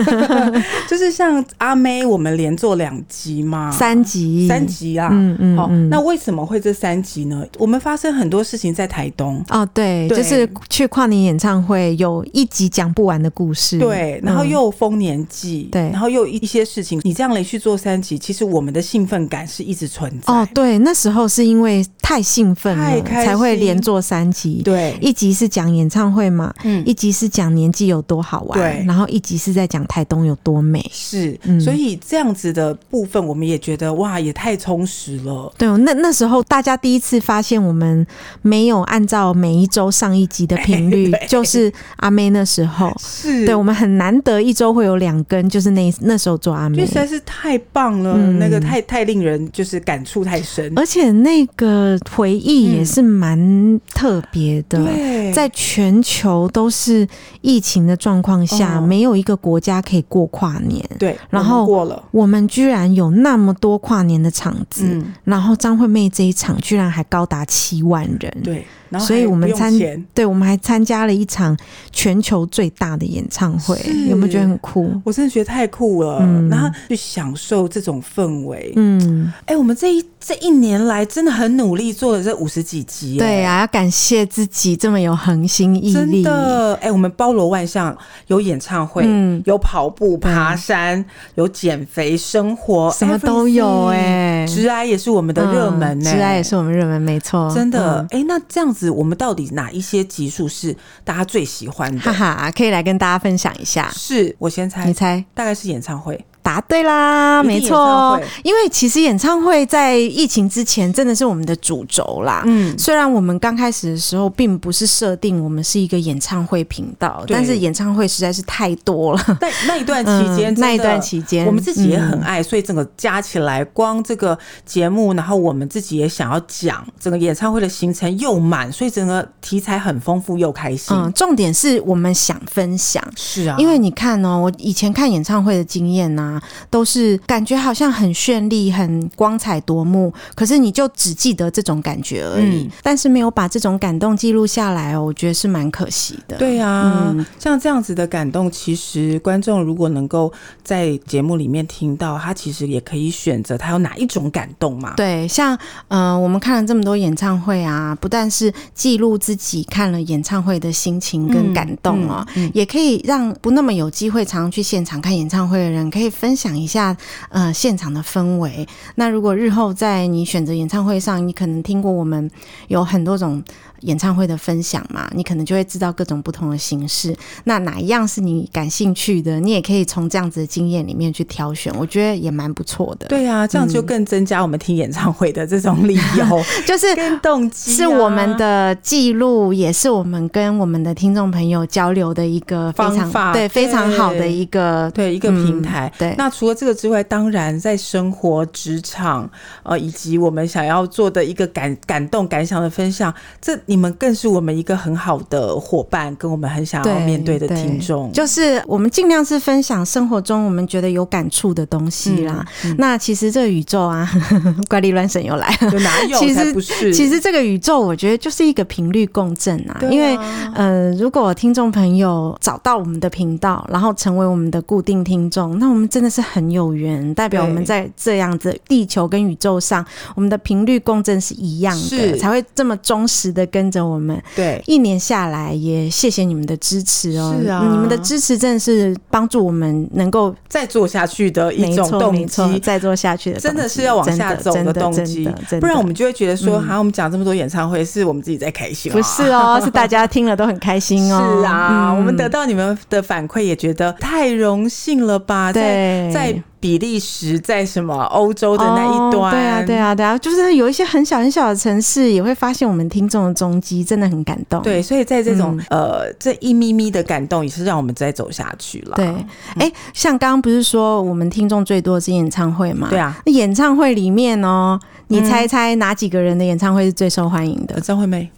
Speaker 3: 就是像阿妹，我们连做两集嘛，
Speaker 2: 三集，
Speaker 3: 哦三，集啊，
Speaker 2: 嗯嗯
Speaker 3: 好，
Speaker 2: 嗯
Speaker 3: 那为什么会这三集呢？我们发生很多事情在台东。
Speaker 2: 哦，对，
Speaker 3: 对
Speaker 2: 就是去跨年演唱会有一集讲不完的故事，
Speaker 3: 对，然后
Speaker 2: 嗯
Speaker 3: 又有丰年祭，
Speaker 2: 对
Speaker 3: 然后又有一些事情，你这样连续做三集，其实我们的兴奋感是一直存在。
Speaker 2: 哦，对，那时候是因为太兴奋
Speaker 3: 太
Speaker 2: 了，
Speaker 3: 开心
Speaker 2: 才会连做三集。
Speaker 3: 对，
Speaker 2: 一集是讲演唱会嘛，
Speaker 3: 嗯
Speaker 2: 一集是讲年纪有多好玩，
Speaker 3: 对
Speaker 2: 然后一集是在讲台东有多美。
Speaker 3: 是，
Speaker 2: 嗯
Speaker 3: 所以这样子的部分，我们也觉得哇，也太充实了。
Speaker 2: 对，哦那那时候大家第一次发现我们没有按照每一周上一集的频率
Speaker 3: 对，
Speaker 2: 就是阿妹那时候。
Speaker 3: 是
Speaker 2: 对，我们很难得一周会有两根，就是那那时候做阿
Speaker 3: 因
Speaker 2: 美
Speaker 3: 为实。在是太棒了，
Speaker 2: 嗯
Speaker 3: 那个太太令人就是感触太深。
Speaker 2: 而且那个回忆也是蛮特别的，
Speaker 3: 对，
Speaker 2: 在全球都是疫情的状况下，
Speaker 3: 哦
Speaker 2: 没有一个国家可以过跨年。
Speaker 3: 对，
Speaker 2: 然
Speaker 3: 我们
Speaker 2: 后
Speaker 3: 过了，
Speaker 2: 我们居然有那么多跨年的场子，
Speaker 3: 嗯，
Speaker 2: 然后张惠妹这一场居然还高达七万人，
Speaker 3: 对，然后
Speaker 2: 所以
Speaker 3: 还
Speaker 2: 我们
Speaker 3: 不用
Speaker 2: 参
Speaker 3: 钱
Speaker 2: 对我们还参加了一场全球最大的演唱会
Speaker 3: 是，
Speaker 2: 有没有觉得很酷？
Speaker 3: 我真的觉得太酷了，
Speaker 2: 嗯
Speaker 3: 然后去享受这种氛围。哎、
Speaker 2: 嗯，
Speaker 3: 我们这一这一年来真的很努力做了这五十几集，
Speaker 2: 对啊，要感谢自己这么有恒心毅
Speaker 3: 真
Speaker 2: 力。
Speaker 3: 的，哎、我们包罗万象，有演唱会，
Speaker 2: 嗯
Speaker 3: 有跑步、爬山，有减肥、生活，
Speaker 2: 什么都有
Speaker 3: everything
Speaker 2: 哎、
Speaker 3: 直癌也是我们的热门呢、
Speaker 2: 直癌也是我们热门，没错，
Speaker 3: 真的
Speaker 2: 嗯。
Speaker 3: 哎、那这样子，我们到底哪一些集数是大家最喜欢
Speaker 2: 哈
Speaker 3: 的？
Speaker 2: 哈，可以来跟大家分享一下。
Speaker 3: 是我先猜
Speaker 2: 你，猜
Speaker 3: 大概是演唱会。
Speaker 2: 答对啦，
Speaker 3: 一定
Speaker 2: 没
Speaker 3: 演唱
Speaker 2: 错
Speaker 3: 会，
Speaker 2: 因为其实演唱会在疫情之前真的是我们的主轴啦。
Speaker 3: 嗯，
Speaker 2: 虽然我们刚开始的时候并不是设定我们是一个演唱会频道，
Speaker 3: 对
Speaker 2: 但是演唱会实在是太多了。
Speaker 3: 但那一段期间、
Speaker 2: 嗯
Speaker 3: 真的
Speaker 2: 那一段期间嗯
Speaker 3: 我们自己也很爱，所以整个加起来，光这个节目，然后我们自己也想要讲，整个演唱会的行程又满，所以整个题材很丰富又开心。
Speaker 2: 嗯，重点是我们想分享。
Speaker 3: 是啊，
Speaker 2: 因为你看哦，我以前看演唱会的经验呐、都是感觉好像很绚丽、很光彩夺目，可是你就只记得这种感觉而已，
Speaker 3: 嗯
Speaker 2: 但是没有把这种感动记录下来哦，我觉得是蛮可惜的。
Speaker 3: 对啊，
Speaker 2: 嗯
Speaker 3: 像这样子的感动，其实观众如果能够在节目里面听到，他其实也可以选择他有哪一种感动嘛。
Speaker 2: 对，像呃，我们看了这么多演唱会啊，不但是记录自己看了演唱会的心情跟感动哦，
Speaker 3: 嗯嗯
Speaker 2: 也可以让不那么有机会常去现场看演唱会的人，可以分享一下呃现场的氛围。那如果日后在你选择演唱会上，你可能听过我们有很多种演唱会的分享嘛，你可能就会知道各种不同的形式。那哪一样是你感兴趣的，你也可以从这样子的经验里面去挑选，我觉得也蛮不错的。，
Speaker 3: 对啊，这样就更增加我们听演唱会的这种理 由、
Speaker 2: 就是
Speaker 3: 跟动机啊、
Speaker 2: 是我们的记录，也是我们跟我们的听众朋友交流的一个非
Speaker 3: 方
Speaker 2: 常
Speaker 3: 法
Speaker 2: 对非常好的
Speaker 3: 对
Speaker 2: 一个
Speaker 3: 对一个
Speaker 2: 嗯
Speaker 3: 平台。
Speaker 2: 对
Speaker 3: 那除了这个之外，当然在生活、职场，呃，以及我们想要做的一个感感动、感想的分享，这你们更是我们一个很好的伙伴，跟我们很想要面对的听众。
Speaker 2: 就是我们尽量是分享生活中我们觉得有感触的东西啦。
Speaker 3: 嗯
Speaker 2: 那其实这个宇宙啊， 怪力乱神又来了。
Speaker 3: 就 哪有？
Speaker 2: 其实
Speaker 3: 才不是，
Speaker 2: 其实这个宇宙，我觉得就是一个频率共振啊，
Speaker 3: 对啊
Speaker 2: 因为呃，如果听众朋友找到我们的频道，然后成为我们的固定听众，那我们真的是很有缘，代表
Speaker 3: 对
Speaker 2: 我们在这样子地球跟宇宙上，我们的频率共振是一样
Speaker 3: 是
Speaker 2: 的，才会这么忠实的跟着我们。
Speaker 3: 对。
Speaker 2: 一年下来，也谢谢你们的支持哦，
Speaker 3: 是啊
Speaker 2: 嗯你们的支持真的是帮助我们能够
Speaker 3: 再做下去的
Speaker 2: 没
Speaker 3: 一种
Speaker 2: 错没
Speaker 3: 动
Speaker 2: 错
Speaker 3: 机，
Speaker 2: 再做下去的动机，
Speaker 3: 真的是要往下走
Speaker 2: 真的
Speaker 3: 动
Speaker 2: 真真
Speaker 3: 机
Speaker 2: 的真的嗯
Speaker 3: 不然我们就会觉得说，啊好、我们讲这么多演唱会，是我们自己在开心、啊，
Speaker 2: 不是哦，是大家听了都很开心哦。
Speaker 3: 是啊，
Speaker 2: 嗯
Speaker 3: 我们得到你们的反馈，也觉得太荣幸了吧？在
Speaker 2: 对
Speaker 3: 在比利时，在什么欧洲的那
Speaker 2: 哎
Speaker 3: 一
Speaker 2: 哦
Speaker 3: 端，
Speaker 2: 对啊，对。啊，对啊，就是有一些很小很小的城市，也会发现我们听众的踪迹，真的很感动。
Speaker 3: 对，所以在这种、
Speaker 2: 嗯
Speaker 3: 呃这一咪咪的感动，也是让我们再走下去了。
Speaker 2: 对，哎、
Speaker 3: 嗯
Speaker 2: 像刚刚不是说我们听众最多的是演唱会嘛？
Speaker 3: 对啊，嗯
Speaker 2: 那演唱会里面哦，你猜猜哪几个人的演唱会是最受欢迎
Speaker 3: 呃
Speaker 2: 的？
Speaker 3: 张惠妹，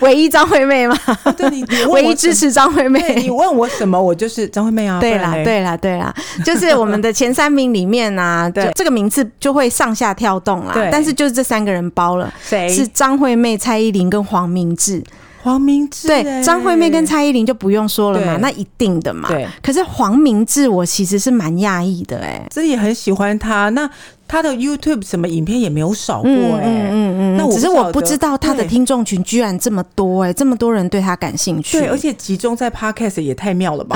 Speaker 2: 唯一张惠妹吗？
Speaker 3: 啊对 你，你问我
Speaker 2: 唯一支持张惠妹。
Speaker 3: 什么，对 你问我什么，我就是张惠妹啊。
Speaker 2: 对
Speaker 3: 不然
Speaker 2: 啦，
Speaker 3: 嘞，
Speaker 2: 对啦，对啦，就是我们的前三名里面 啊，
Speaker 3: 对
Speaker 2: 就这个名次就会上下跳动啦
Speaker 3: 对。哎
Speaker 2: 但是就是这三个人包了，
Speaker 3: 谁
Speaker 2: 是张惠妹、蔡依林跟黄明志。
Speaker 3: 黄明志、
Speaker 2: 对，张惠妹跟蔡依林就不用说了嘛，
Speaker 3: 对
Speaker 2: 那一定的嘛。
Speaker 3: 对，
Speaker 2: 可是黄明志，我其实是蛮讶异的哎、
Speaker 3: 自己很喜欢她，那她的 YouTube 什么影片也没有少过哎、
Speaker 2: 嗯
Speaker 3: 那我
Speaker 2: 只是
Speaker 3: 不晓
Speaker 2: 我不
Speaker 3: 得
Speaker 2: 知道他的
Speaker 3: 对
Speaker 2: 听众群居然这么多哎、这么多人对他感兴趣。
Speaker 3: 对，而且集中在 Podcast 也太妙了吧？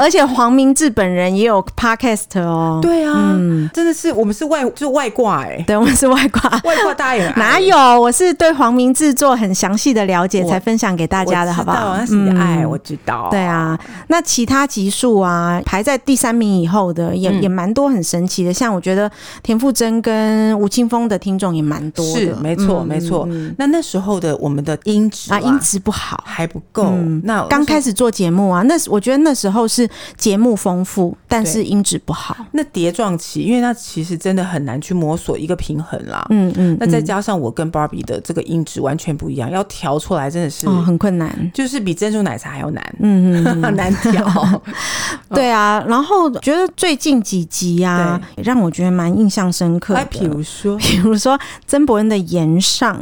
Speaker 2: 而且黄明志本人也有 podcast 哦。
Speaker 3: 对啊，真的是我们是外就是外挂哎、
Speaker 2: 对，我是外 挂。
Speaker 3: 外挂大家也
Speaker 2: 哪
Speaker 3: 有
Speaker 2: 有？我是对黄明志做很详细的了解，
Speaker 3: 我
Speaker 2: 才分享给大家的，好不好？
Speaker 3: 那是你的爱，
Speaker 2: 嗯
Speaker 3: 我知道。
Speaker 2: 对，啊，那
Speaker 3: 嗯
Speaker 2: 其他集数啊，排在第三名以后的也、也蛮多很神奇的，像我觉得田馥甄跟吴青峰的听众也蛮多的，
Speaker 3: 是没错、
Speaker 2: 嗯
Speaker 3: 没错。那那时候的我们的音质
Speaker 2: 啊，音质不好。
Speaker 3: 还不够。那
Speaker 2: 刚开
Speaker 3: 始。
Speaker 2: 始做节目啊，那时我觉得那时候是节目丰富，但是音质不好。
Speaker 3: 那碟状期，因为它其实真的很难去摸索一个平衡啦。
Speaker 2: 嗯嗯，
Speaker 3: 那再
Speaker 2: 嗯
Speaker 3: 加上我跟 Barbie 的这个音质完全不一样，要调出来真的是，
Speaker 2: 哦，很困难。
Speaker 3: 就是比珍珠奶茶还要难，
Speaker 2: 嗯嗯，嗯
Speaker 3: 难 调。哦
Speaker 2: 对啊。然后觉得最近几集啊，让我觉得蛮印象深刻
Speaker 3: 哎，
Speaker 2: 的。
Speaker 3: 比如说，
Speaker 2: 比如说曾伯恩的《言上》，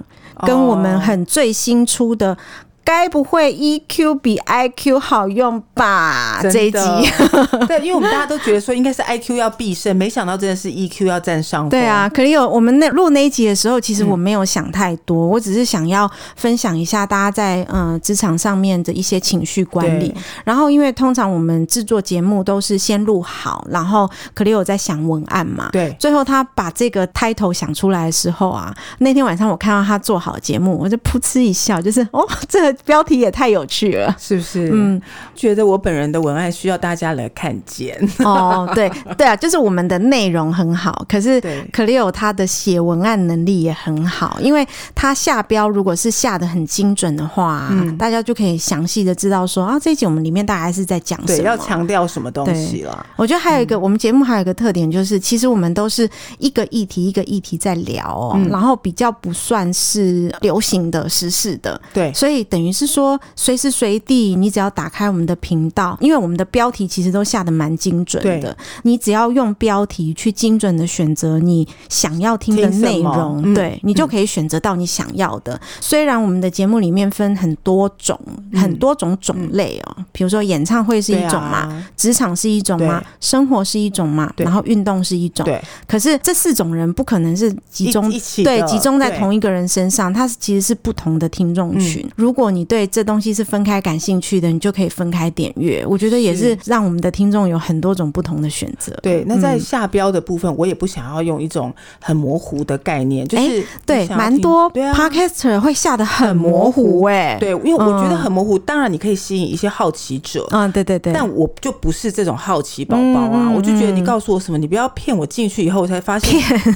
Speaker 2: 跟我们
Speaker 3: 哦
Speaker 2: 很最新出的。该不会 EQ 比 IQ 好用吧？
Speaker 3: 真的
Speaker 2: 这一集，
Speaker 3: 对，因为我们大家都觉得说应该是 IQ 要必胜，没想到真的是 EQ 要占上风。
Speaker 2: 对啊，可 e 有我们那录那一集的时候，
Speaker 3: 嗯
Speaker 2: 其实我没有想太多，我只是想要分享一下大家在嗯职、场上面的一些情绪管理
Speaker 3: 对。
Speaker 2: 然后，因为通常我们制作节目都是先录好，然后可 e 有在想文案嘛，
Speaker 3: 对，。
Speaker 2: 最后他把这个 title 想出来的时候啊，那天晚上我看到他做好节目，我就噗嗤一笑，就是哦，这个标题也太有趣了
Speaker 3: 是不是？嗯，觉得我本人的文案需要大家来看见。
Speaker 2: 哦，对对啊，就是我们的内容很好，可是
Speaker 3: 对
Speaker 2: Cleo 他的写文案能力也很好，因为他下标如果是下的很精准的话啊、
Speaker 3: 嗯
Speaker 2: 大家就可以详细的知道说啊，这一集我们里面大概是在讲
Speaker 3: 对，
Speaker 2: 什
Speaker 3: 要嗯
Speaker 2: 么。
Speaker 3: 强调什么东西啦？
Speaker 2: 我觉得还有一个，我们节目还有一个特点就是，其实我们都是一个议题一个议题在聊哦，
Speaker 3: 嗯
Speaker 2: 然后比较不算是流行的、时事的，
Speaker 3: 对，
Speaker 2: 所以等于是说，随时随地你只要打开我们的频道，因为我们的标题其实都下的蛮精准
Speaker 3: 对
Speaker 2: 的，你只要用标题去精准的选择你想要听的
Speaker 3: 听什么
Speaker 2: 内容，
Speaker 3: 嗯
Speaker 2: 对你就可以选择到你想要的。虽然我们的节目里面分很多种、很多种种类哦，比如说演唱会是一
Speaker 3: 嗯对啊
Speaker 2: 种嘛，职场是一种嘛
Speaker 3: 对，
Speaker 2: 生活是一种嘛，
Speaker 3: 对
Speaker 2: 然后运动是一种。
Speaker 3: 对，
Speaker 2: 可是这四种人不可能是集中
Speaker 3: 一一起
Speaker 2: 对
Speaker 3: 的
Speaker 2: 集中在
Speaker 3: 对嗯
Speaker 2: 同一个人身上，它是其实是不同的听众群。如果你对这东西是分开感兴趣的，你就可以分开点阅。我觉得也是
Speaker 3: 是
Speaker 2: 让我们的听众有很多种不同的选择。
Speaker 3: 对，那在下标的部分，我也不想要用一种很模糊的概念，就是
Speaker 2: 哎对
Speaker 3: 你，想要
Speaker 2: 蛮
Speaker 3: 听
Speaker 2: 多
Speaker 3: 对啊。
Speaker 2: podcaster 会下的很模糊哎、
Speaker 3: 对，因为我觉得
Speaker 2: 嗯
Speaker 3: 很模糊，当然你可以吸引一些好奇者，
Speaker 2: 嗯，对对对，
Speaker 3: 但我就不是这种好奇宝宝啊，
Speaker 2: 嗯嗯
Speaker 3: 我就觉得你告诉我什么，你不要骗我进去以后我才发现，就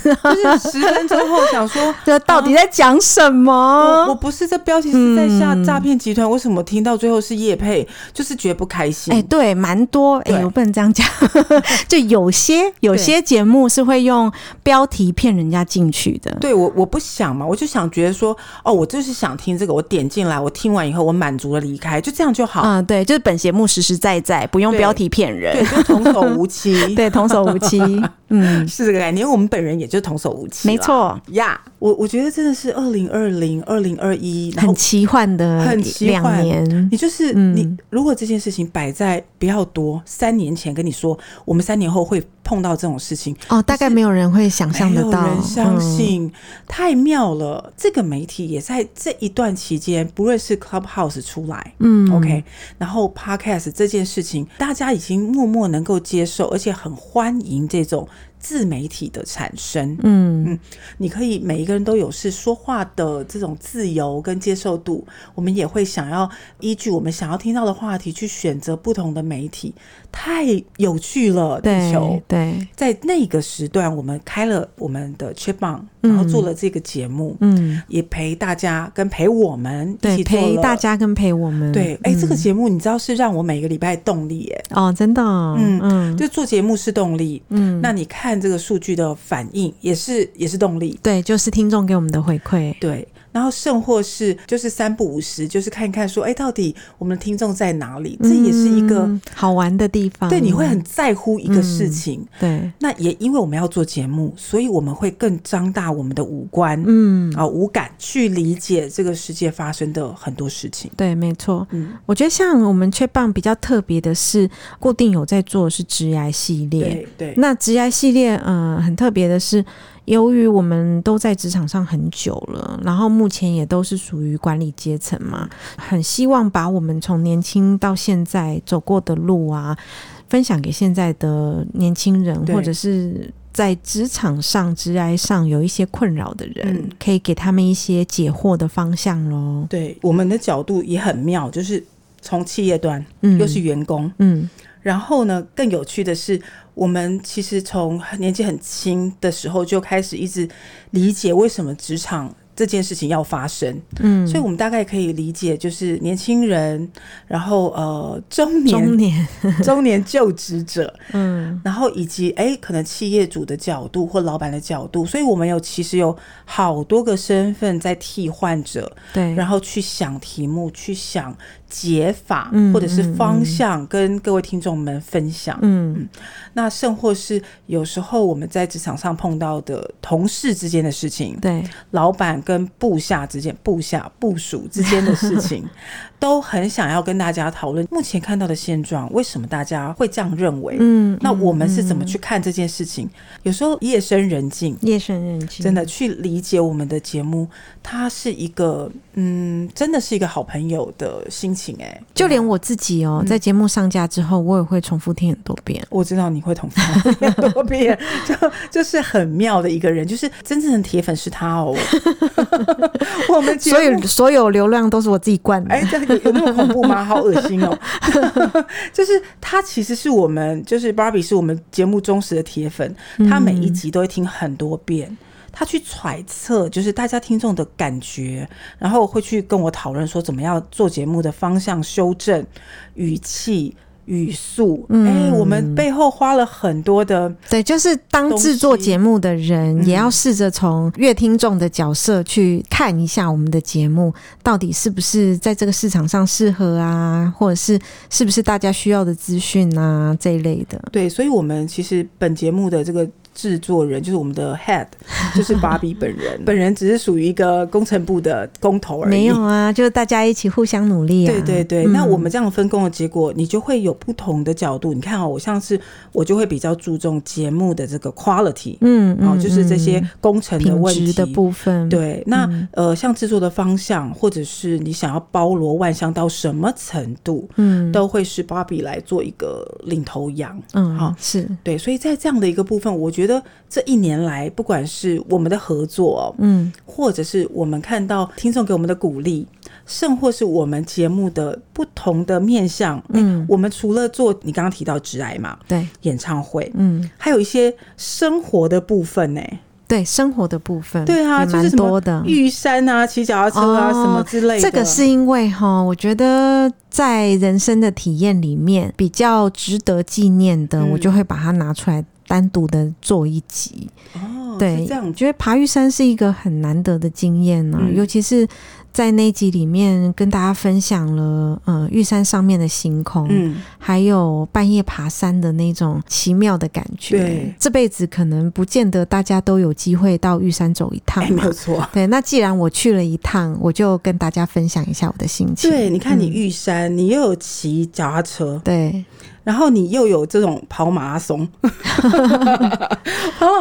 Speaker 3: 是十分钟后想说。
Speaker 2: 这到底在讲什
Speaker 3: 我
Speaker 2: 么？
Speaker 3: 我不是这标题是在下诈骗集团，为什么听到最后是叶配，就是觉得不开心。
Speaker 2: 哎、对，蛮多哎、
Speaker 3: 对
Speaker 2: 我不能这样讲， 就有些有些节目是会用标题骗人家进去的。
Speaker 3: 对我我不想嘛，我就想觉得说，哦，我就是想听这个，我点进来，我听完以后我满足了离开，就这样就好。
Speaker 2: 嗯，对，就是本节目实实在在，不用
Speaker 3: 对
Speaker 2: 标题骗人
Speaker 3: 对，。就童叟无 欺，
Speaker 2: 对，童叟无欺，嗯，
Speaker 3: 是这个概念。因为我们本人也就童叟无欺，
Speaker 2: 没。错，
Speaker 3: 呀我我觉得真的是二零二零、二零二一，然后
Speaker 2: 很奇幻的
Speaker 3: 很奇
Speaker 2: 两
Speaker 3: 幻
Speaker 2: 年，嗯
Speaker 3: 你就是你，如果这件事情摆在不要多三年前跟你说，我们三年后会碰到这种事情，
Speaker 2: 哦，大概没有人会想象
Speaker 3: 没
Speaker 2: 得
Speaker 3: 有
Speaker 2: 到，
Speaker 3: 人相
Speaker 2: 嗯。
Speaker 3: 信，太妙了！这个媒体也在这一段期间，不论是 Clubhouse 出来，嗯，OK，然后 Podcast 这件事情，大家已经默默能够接受，而且很欢迎这种自媒体的产生。嗯嗯，你可以每一个人都有是说话的这种自由跟接受度，我们也会想要依据我们想要听到的话题去选择不同的媒体，太有趣了，地球
Speaker 2: 对。对，
Speaker 3: 在那个时段，我们开了我们的 Chip On，然后做了这个节目，
Speaker 2: 嗯，
Speaker 3: 也陪大家跟陪我们一
Speaker 2: 对，
Speaker 3: 起做
Speaker 2: 陪
Speaker 3: 了
Speaker 2: 大。家跟陪我们，
Speaker 3: 对，哎、
Speaker 2: 嗯
Speaker 3: 这个节目你知道是让我每个礼拜动力耶，
Speaker 2: 哦，真的哦，
Speaker 3: 嗯
Speaker 2: 嗯，
Speaker 3: 就做节目是动力，嗯，那你看这个数据的反应也是也是动力，
Speaker 2: 对，就是听众给我们的回馈，
Speaker 3: 对。然后甚或是就是三不五十，就是看一看说，哎，到底我们的听众在哪里？这也是一个、
Speaker 2: 嗯好玩的地方，
Speaker 3: 对，你会很在乎一个事情，
Speaker 2: 对，
Speaker 3: 那也因为我们要做节目，所以我们会更张大我们的五官，
Speaker 2: 嗯，
Speaker 3: 啊、五感去理解这个世界发生的很多事情。
Speaker 2: 对，没错。
Speaker 3: 嗯
Speaker 2: 我觉得像我们雀棒比较特别的是，固定有在做的是职癌系列，
Speaker 3: 对对，
Speaker 2: 那职涯系列，呃，很特别的是，由于我们都在职场上很久了，然后目前也都是属于管理阶层嘛，很希望把我们从年轻到现在走过的路啊，分享给现在的年轻人，
Speaker 3: 对
Speaker 2: 或者是。在职场上、职涯上有一些困扰的人，
Speaker 3: 嗯
Speaker 2: 可以给他们一些解惑的方向喽。
Speaker 3: 对我们的角度也很妙，就是从企业端，
Speaker 2: 嗯，
Speaker 3: 又是员工，
Speaker 2: 嗯，
Speaker 3: 然后呢，更有趣的是，我们其实从年纪很轻的时候就开始一直理解为什么职场。这件事情要发生，嗯，所以我们大概可以理解，就是年轻人，然后呃中年
Speaker 2: 中年，
Speaker 3: 中年就职者，
Speaker 2: 嗯，
Speaker 3: 然后以及哎、可能企业主的角度或老板的角度，所以我们有其实有好多个身份在替换着，
Speaker 2: 对，
Speaker 3: 然
Speaker 2: 后
Speaker 3: 后去想题目，去想解法，或者是方向，跟各位听众们分享。
Speaker 2: 嗯
Speaker 3: 那甚或是有时候我们在职场上碰到的同事之间的事情，
Speaker 2: 对，
Speaker 3: 老板跟部下之间、部下部属之间的事 情，都很想要跟大家讨论。目前看到的现状，为什么大家会这样认为？
Speaker 2: 嗯，
Speaker 3: 那
Speaker 2: 嗯
Speaker 3: 我们是怎么去看这件事情？有时候夜深人静，
Speaker 2: 夜深人静，
Speaker 3: 真的去理解我们的节目，它是一个嗯，真的是一个好朋友的心情哎、
Speaker 2: 就连我自己哦，
Speaker 3: 嗯
Speaker 2: 在节目上架之后，我也会重复听很多遍。
Speaker 3: 我知道你会同 频多遍，就就是很妙的一个人，就是真正的铁粉是他 哦。我们节目
Speaker 2: 所以所有流量都是我自己灌的。
Speaker 3: 哎，这样有有那么恐怖吗？好恶心哦！ 就是他其实是我们，就是 Barbie 是我们节目忠实的铁粉，他每一集都会听很多遍。他去揣测，就是大家听众的感觉，然后会去跟我讨论说怎么样做节目的方向、修正语气、语速。哎、我们背后花了很多的
Speaker 2: 对，就是当
Speaker 3: 东西
Speaker 2: 制作节目的人，
Speaker 3: 嗯
Speaker 2: 也要试着从乐听众的角色去看一下我们的节目到底是不是在这个市场上适合啊，或者是是不是大家需要的资讯啊这一类的。
Speaker 3: 对，所以我们其实本节目的这个制作人就是我们的 head，就是芭比本人，本人只是属于一个工程部的工头而已。
Speaker 2: 没有啊，就是大家一起互相努力啊。
Speaker 3: 对对对，那我们这样分工的结果，你就会有不同的角度。你看哦，我像是我就会比较注重节目的这个 quality，
Speaker 2: 嗯，嗯
Speaker 3: 哦，就是这些
Speaker 2: 嗯
Speaker 3: 工程的
Speaker 2: 品
Speaker 3: 问题
Speaker 2: 质的部分，，
Speaker 3: 对，那、呃，像制作的方向，或者是你想要包罗万象到什么程度，
Speaker 2: 嗯
Speaker 3: 都会是芭比来做一个领头羊。
Speaker 2: 嗯，
Speaker 3: 好
Speaker 2: 是，
Speaker 3: 对，所以在这样的一个部分，我觉得这一年来，不管是我们的合作、哦，
Speaker 2: 嗯
Speaker 3: 或者是我们看到听众给我们的鼓励，甚或是我们节目的不同的面向，嗯，我们除了做你刚刚提到直癌嘛，
Speaker 2: 对，
Speaker 3: 演唱会，
Speaker 2: 嗯
Speaker 3: 还有一些生活的部分呢、
Speaker 2: 对，生活的部分，
Speaker 3: 对啊，
Speaker 2: 也
Speaker 3: 就
Speaker 2: 蛮
Speaker 3: 是什
Speaker 2: 多
Speaker 3: 么
Speaker 2: 的。
Speaker 3: 玉山啊、骑脚踏车啊、
Speaker 2: 哦
Speaker 3: 什么之类的，
Speaker 2: 这个是因为哈，我觉得在人生的体验里面比较值得纪念的，
Speaker 3: 嗯
Speaker 2: 我就会把它拿出来单独的做一集。
Speaker 3: 哦，
Speaker 2: 对，
Speaker 3: 是这样
Speaker 2: 我
Speaker 3: 子，
Speaker 2: 觉得爬玉山是一个很难得的经验呢、
Speaker 3: 嗯
Speaker 2: 尤其是在那一集里面跟大家分享了，呃，玉山上面的星空，
Speaker 3: 嗯，
Speaker 2: 还有半夜爬山的那种奇妙的感觉。
Speaker 3: 对
Speaker 2: 这辈子可能不见得大家都有机会到玉山走一趟啊
Speaker 3: 哎，
Speaker 2: 嘛
Speaker 3: 没有错，
Speaker 2: 对，那既然我去了一趟，我就跟大家分享一下我的心情。
Speaker 3: 对，你
Speaker 2: 嗯
Speaker 3: 看你玉山，你又有骑脚踏车，
Speaker 2: 对，
Speaker 3: 然后你又有这种跑马拉 松，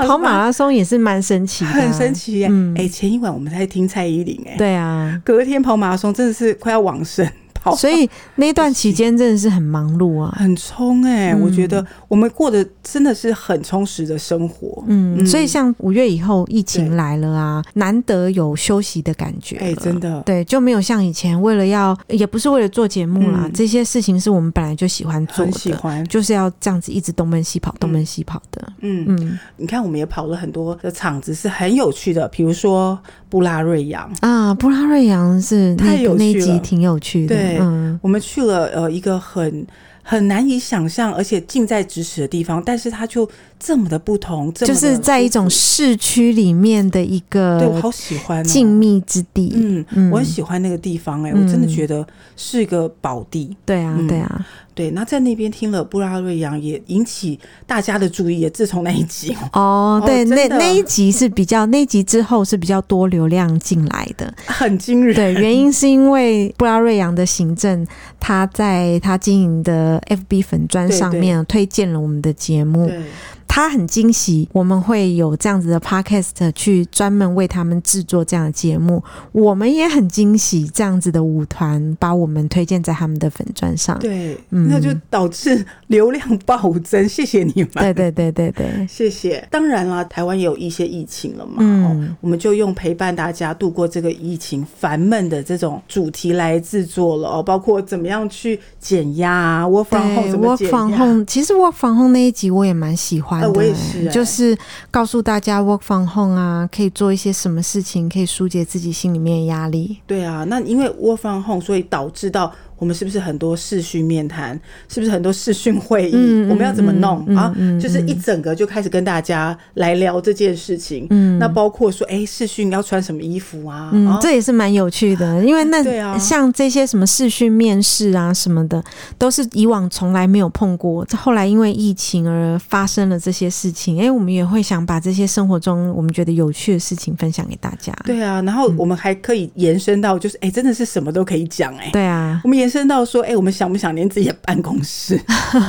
Speaker 2: 跑马拉松也是蛮神奇的、
Speaker 3: 很神。奇耶！哎、
Speaker 2: 嗯
Speaker 3: 前一晚我们在听蔡依林，哎，
Speaker 2: 对 啊，
Speaker 3: 隔天跑马拉松真的是快要往生跑，
Speaker 2: 所以那段期间真的是很忙碌啊。
Speaker 3: 很冲哎、我觉得我们过的真的是很充实的生活，
Speaker 2: 嗯，
Speaker 3: 嗯
Speaker 2: 所以像五月以后疫情
Speaker 3: 对
Speaker 2: 来了啊，难得有休息的感觉。
Speaker 3: 哎、真。的，
Speaker 2: 对，就没有像以前为了要，也不是为了做节目啦，
Speaker 3: 嗯
Speaker 2: 这些事情是我们本来就喜欢做
Speaker 3: 很喜
Speaker 2: 的，
Speaker 3: 欢。
Speaker 2: 就是要这样子一直东奔西跑，东奔西跑的。
Speaker 3: 嗯，
Speaker 2: 嗯
Speaker 3: 你看我们也跑了很多的场子，是很有趣的，比如说布拉瑞扬，
Speaker 2: 啊，布拉瑞扬是
Speaker 3: 太
Speaker 2: 那
Speaker 3: 有
Speaker 2: 个那一
Speaker 3: 趣
Speaker 2: 集
Speaker 3: 了
Speaker 2: 挺有趣的。
Speaker 3: 对
Speaker 2: 嗯，
Speaker 3: 我们去了呃一个很很难以想象，而且近在咫尺的地方，但是它就这么的不同，这么
Speaker 2: 就
Speaker 3: 的
Speaker 2: 是在一种
Speaker 3: 舒
Speaker 2: 市区里面的一
Speaker 3: 服对我
Speaker 2: 个
Speaker 3: 好喜欢、哦、
Speaker 2: 静谧之地。
Speaker 3: 嗯
Speaker 2: 嗯，
Speaker 3: 我很喜欢那个地方、哎、我真的
Speaker 2: 嗯
Speaker 3: 觉得是一个宝地。
Speaker 2: 对啊，
Speaker 3: 嗯
Speaker 2: 对啊，
Speaker 3: 对，那在那边听了布拉瑞扬，也引起大家的注意。也自从那一集，
Speaker 2: 哦，
Speaker 3: 哦
Speaker 2: 对，
Speaker 3: 真
Speaker 2: 那
Speaker 3: 的
Speaker 2: 那一集是比 较，那一集之后是比较多流量进来的。
Speaker 3: 很惊人。
Speaker 2: 对，原因是因为布拉瑞扬的行政，他在他经营的 FB 粉砖
Speaker 3: 对
Speaker 2: 上
Speaker 3: 对
Speaker 2: 面推荐了我们的节目，
Speaker 3: 对，
Speaker 2: 他很惊喜，我们会有这样子的 podcast 去专门为他们制作这样的节目，我们也很惊喜这样子的舞团把我们推荐在他们的粉砖上。
Speaker 3: 对，
Speaker 2: 嗯
Speaker 3: 那就导致流量暴增。谢谢你们，
Speaker 2: 对对对对对，
Speaker 3: 谢谢。当然啦，台湾也有一些疫情了嘛，
Speaker 2: 嗯
Speaker 3: 哦，我们就用陪伴大家度过这个疫情烦闷的这种主题来制作了哦，包括怎么样去减压啊，work from home
Speaker 2: 对
Speaker 3: 怎么
Speaker 2: 我
Speaker 3: 减
Speaker 2: work from
Speaker 3: 压
Speaker 2: home，其实 work from home 那一集我也蛮喜欢的、
Speaker 3: 呃我也是欸
Speaker 2: 就是告诉大家 work from home 啊，可以做一些什么事情，可以疏解自己心里面的压力。
Speaker 3: 对啊，那因为 work from home，所以导致到我们是不是很多视讯面谈，是不是很多视讯会议？
Speaker 2: 嗯嗯
Speaker 3: 我们要怎么弄、
Speaker 2: 嗯
Speaker 3: 啊、
Speaker 2: 嗯嗯
Speaker 3: 就是一整个就开始跟大家来聊这件事情。
Speaker 2: 嗯
Speaker 3: 那包括说，哎、视讯要穿什么衣服啊？
Speaker 2: 嗯，
Speaker 3: 啊
Speaker 2: 这也是蛮有趣 的，因为那
Speaker 3: 对啊
Speaker 2: 像这些什么视讯面试啊什么的，都是以往从来没有碰过。这后来因为疫情而发生了这些事情，哎、我们也会想把这些生活中我们觉得有趣的事情分享给大家。
Speaker 3: 对啊，然后我们还可以延伸到，就是哎、真的是什么都可以讲哎、
Speaker 2: 对啊，
Speaker 3: 我们延伸到说，哎、我们想不想念自己的办公室？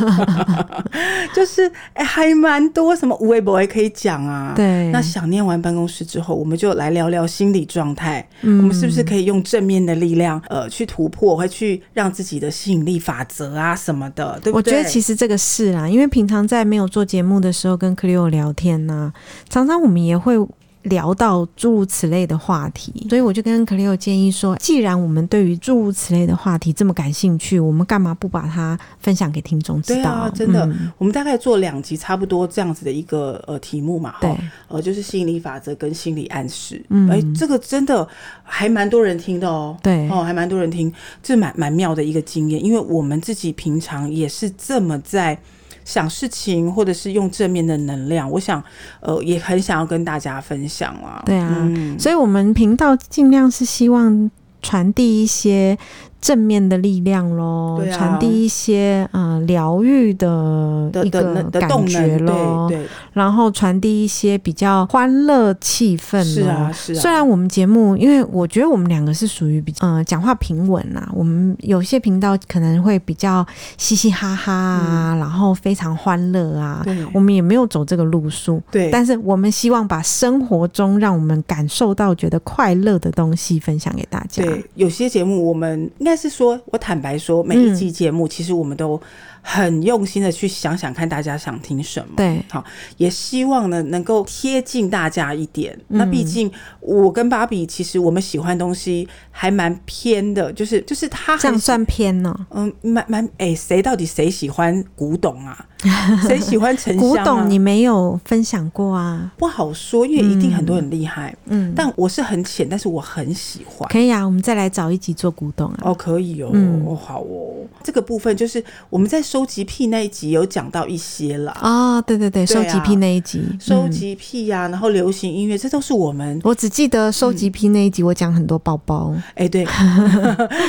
Speaker 3: 就是哎、还蛮多什么无微博也可以讲啊。
Speaker 2: 对，
Speaker 3: 那想念完办公室之后，我们就来聊聊心理状态。
Speaker 2: 嗯
Speaker 3: 我们是不是可以用正面的力量，呃，去突破，会去让自己的吸引力法则啊什么的，对不
Speaker 2: 我
Speaker 3: 对？
Speaker 2: 觉得其
Speaker 3: 实
Speaker 2: 实这个是啦，因为平常在没有做节目的时候，跟 Clio 聊天呢、常常我们也会。聊到诸如此类的话题，所以我就跟 Clio 建议说，既然我们对于诸如此类的话题这么感兴趣，我们干嘛不把它分享给听众知
Speaker 3: 对
Speaker 2: 道？
Speaker 3: 啊，真的，
Speaker 2: 嗯
Speaker 3: 我们大概做两集，差不多这样子的一个呃题目嘛，
Speaker 2: 对
Speaker 3: 哈，呃，就是吸引力法则跟心理暗示。
Speaker 2: 嗯
Speaker 3: 哎、这个真的还蛮多人听的哦。
Speaker 2: 对
Speaker 3: 哦，还蛮多人听，这蛮蛮妙的一个经验，因为我们自己平常也是这么在想事情，或者是用正面的能量，我想，呃，也很想要跟大家分享啊。
Speaker 2: 对啊
Speaker 3: 嗯
Speaker 2: 所以我们频道尽量是希望传递一些正面的力量喽，
Speaker 3: 对啊
Speaker 2: 传递一些呃疗愈的
Speaker 3: 的
Speaker 2: 一
Speaker 3: 的
Speaker 2: 个
Speaker 3: 能的
Speaker 2: 感
Speaker 3: 动
Speaker 2: 觉
Speaker 3: 能，
Speaker 2: 喽，
Speaker 3: 对
Speaker 2: 然后传递一些比较欢乐气氛
Speaker 3: 对，是
Speaker 2: 咯
Speaker 3: 啊是
Speaker 2: 虽
Speaker 3: 啊，
Speaker 2: 然我们节目，因为我觉得我们两个是属于比嗯、呃、讲话平稳啦、我们有些频道可能会比较嘻嘻哈哈啊，然后非常欢乐啊，
Speaker 3: 嗯对
Speaker 2: 我们也没有走这个路数，
Speaker 3: 对，
Speaker 2: 但是我们希望把生活中让我们感受到觉得快乐的东西分享给大家。
Speaker 3: 对，有些节目我们应该是说，我坦白说，每
Speaker 2: 嗯
Speaker 3: 一期节目其实我们都很用心的去想想看大家想听什么。
Speaker 2: 对
Speaker 3: 好，也希望呢能够贴近大家一点。
Speaker 2: 嗯
Speaker 3: 那毕竟我跟芭比，其实我们喜欢的东西还蛮偏的，就是就是他
Speaker 2: 这样
Speaker 3: 很喜
Speaker 2: 算偏哦呢、
Speaker 3: 嗯蛮蛮哎，谁、到底谁喜欢古董 啊？谁喜欢沉
Speaker 2: 古
Speaker 3: 香、啊？
Speaker 2: 董你没有分享过啊？
Speaker 3: 不好说，因为一定很多很厉害。
Speaker 2: 嗯，
Speaker 3: 但我是很浅，但是我很喜欢。
Speaker 2: 可以啊，我们再来找一集做古董啊。
Speaker 3: 哦，可以哦，
Speaker 2: 嗯
Speaker 3: 哦，好哦。这个部分就是我们在收集癖那一集有讲到一些啦，
Speaker 2: 啊、对对对，
Speaker 3: 对
Speaker 2: 收
Speaker 3: 啊
Speaker 2: 集癖那一集，
Speaker 3: 收
Speaker 2: 嗯
Speaker 3: 集癖呀、然后流行音乐，这都是我们
Speaker 2: 我只记得收集癖那一集，我讲很多包包。
Speaker 3: 哎，对，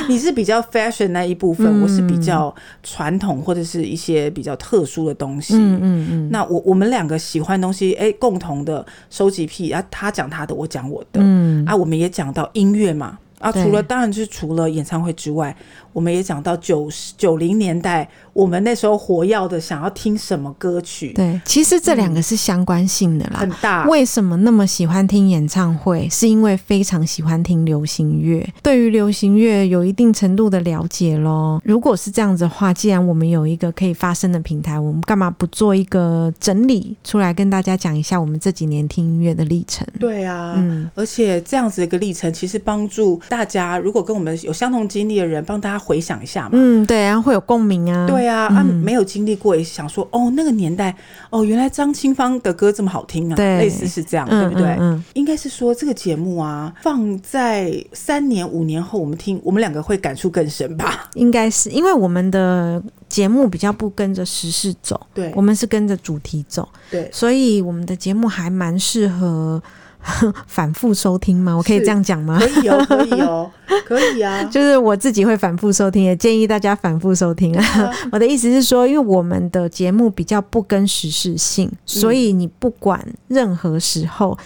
Speaker 3: 你是比较 fashion 那一部分，我是
Speaker 2: 嗯
Speaker 3: 比较传统或者是一些比较特殊的东西。
Speaker 2: 嗯嗯嗯，
Speaker 3: 那我我们两个喜欢的东西，哎，共同的收集癖啊，他讲他的，我讲我的，
Speaker 2: 嗯
Speaker 3: 啊，我们也讲到音乐嘛。啊，
Speaker 2: 对
Speaker 3: 除了当然就是除了演唱会之外，我们也讲到九十九零年代，我们那时候活跃的想要听什么歌曲，
Speaker 2: 对，其实这两个是相关性的啦
Speaker 3: 嗯很。大。
Speaker 2: 为什么那么喜欢听演唱会？是因为非常喜欢听流行乐，对于流行乐有一定程度的了解咯。如果是这样子的话，既然我们有一个可以发声的平台，我们干嘛不做一个整理出来，跟大家讲一下我们这几年听音乐的历程？
Speaker 3: 对啊，
Speaker 2: 嗯
Speaker 3: 而且这样子的一个历程，其实帮助大家，如果跟我们有相同经历的人，帮大家回想一下嘛。
Speaker 2: 嗯，对，然后会有共鸣啊。
Speaker 3: 对啊，啊，没有经历过也想说，哦，那个年代，哦，原来张清芳的歌这么好听啊，
Speaker 2: 对
Speaker 3: 类似是这样，
Speaker 2: 嗯，
Speaker 3: 对不对？
Speaker 2: 嗯嗯
Speaker 3: 应该是说这个节目啊，放在三年五年后，我们听，我们两个会感触更深吧？
Speaker 2: 应该是因为我们的节目比较不跟着时事走，
Speaker 3: 对
Speaker 2: 我们是跟着主题走，
Speaker 3: 对，
Speaker 2: 所以我们的节目还蛮适合 反复收听嘛。我可以
Speaker 3: 是
Speaker 2: 这样讲吗
Speaker 3: 可？以哦，可以哦，可以啊。
Speaker 2: 就是我自己会反复收听，也建议大家反复收听啊。
Speaker 3: 啊
Speaker 2: 我的意思是说，因为我们的节目比较不跟时事性，
Speaker 3: 嗯
Speaker 2: 所以你不管任何时候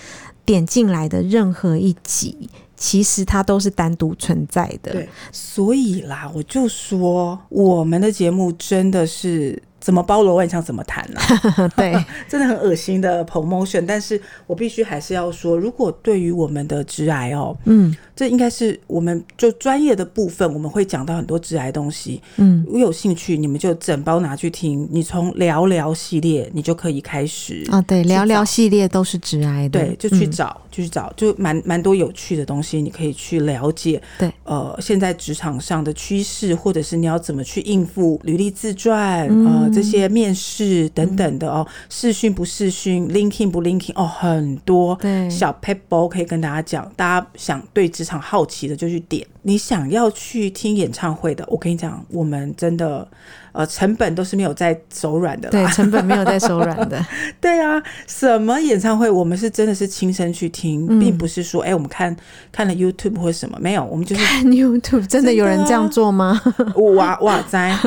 Speaker 2: 点进来的任何一集，其实它都是单独存在的。
Speaker 3: 对，所以啦，我就说我们的节目真的是怎么包罗万象怎么谈呢、
Speaker 2: 嗯 对，
Speaker 3: 真的很恶心的 promotion，但是我必须还是要说，如果对于我们的直癌哦，嗯，这应该是我们就专业的部分，我们会讲到很多直癌东西，嗯，如果有兴趣你们就整包拿去听，你从聊聊系列你就可以开始
Speaker 2: 啊，对，
Speaker 3: 去找
Speaker 2: 聊聊系列都是直癌的，嗯
Speaker 3: 对，就去找，就去找，就蛮蛮多有趣的东西，你可以去了解。
Speaker 2: 对，
Speaker 3: 呃，现在职场上的趋势，或者是你要怎么去应付履历自传，呃，
Speaker 2: 嗯
Speaker 3: 这些面试等等的哦，试训不试训，linking 不 linking，哦，很多
Speaker 2: 对
Speaker 3: 小 p e b b l e 可以跟大家讲。大家想对职场好奇的就去点，你想要去听演唱会的，我跟你讲，我们真的。呃，成本都是没有在手软的啦，
Speaker 2: 对，成本没有在手软 的，
Speaker 3: 对啊，什么演唱会，我们是真的是亲身去听，并不是说，哎、我们看看了 YouTube 或什么，没有，我们就是
Speaker 2: 看 YouTube 真的有
Speaker 3: 啊
Speaker 2: 人这样做吗？
Speaker 3: 哇哇哉，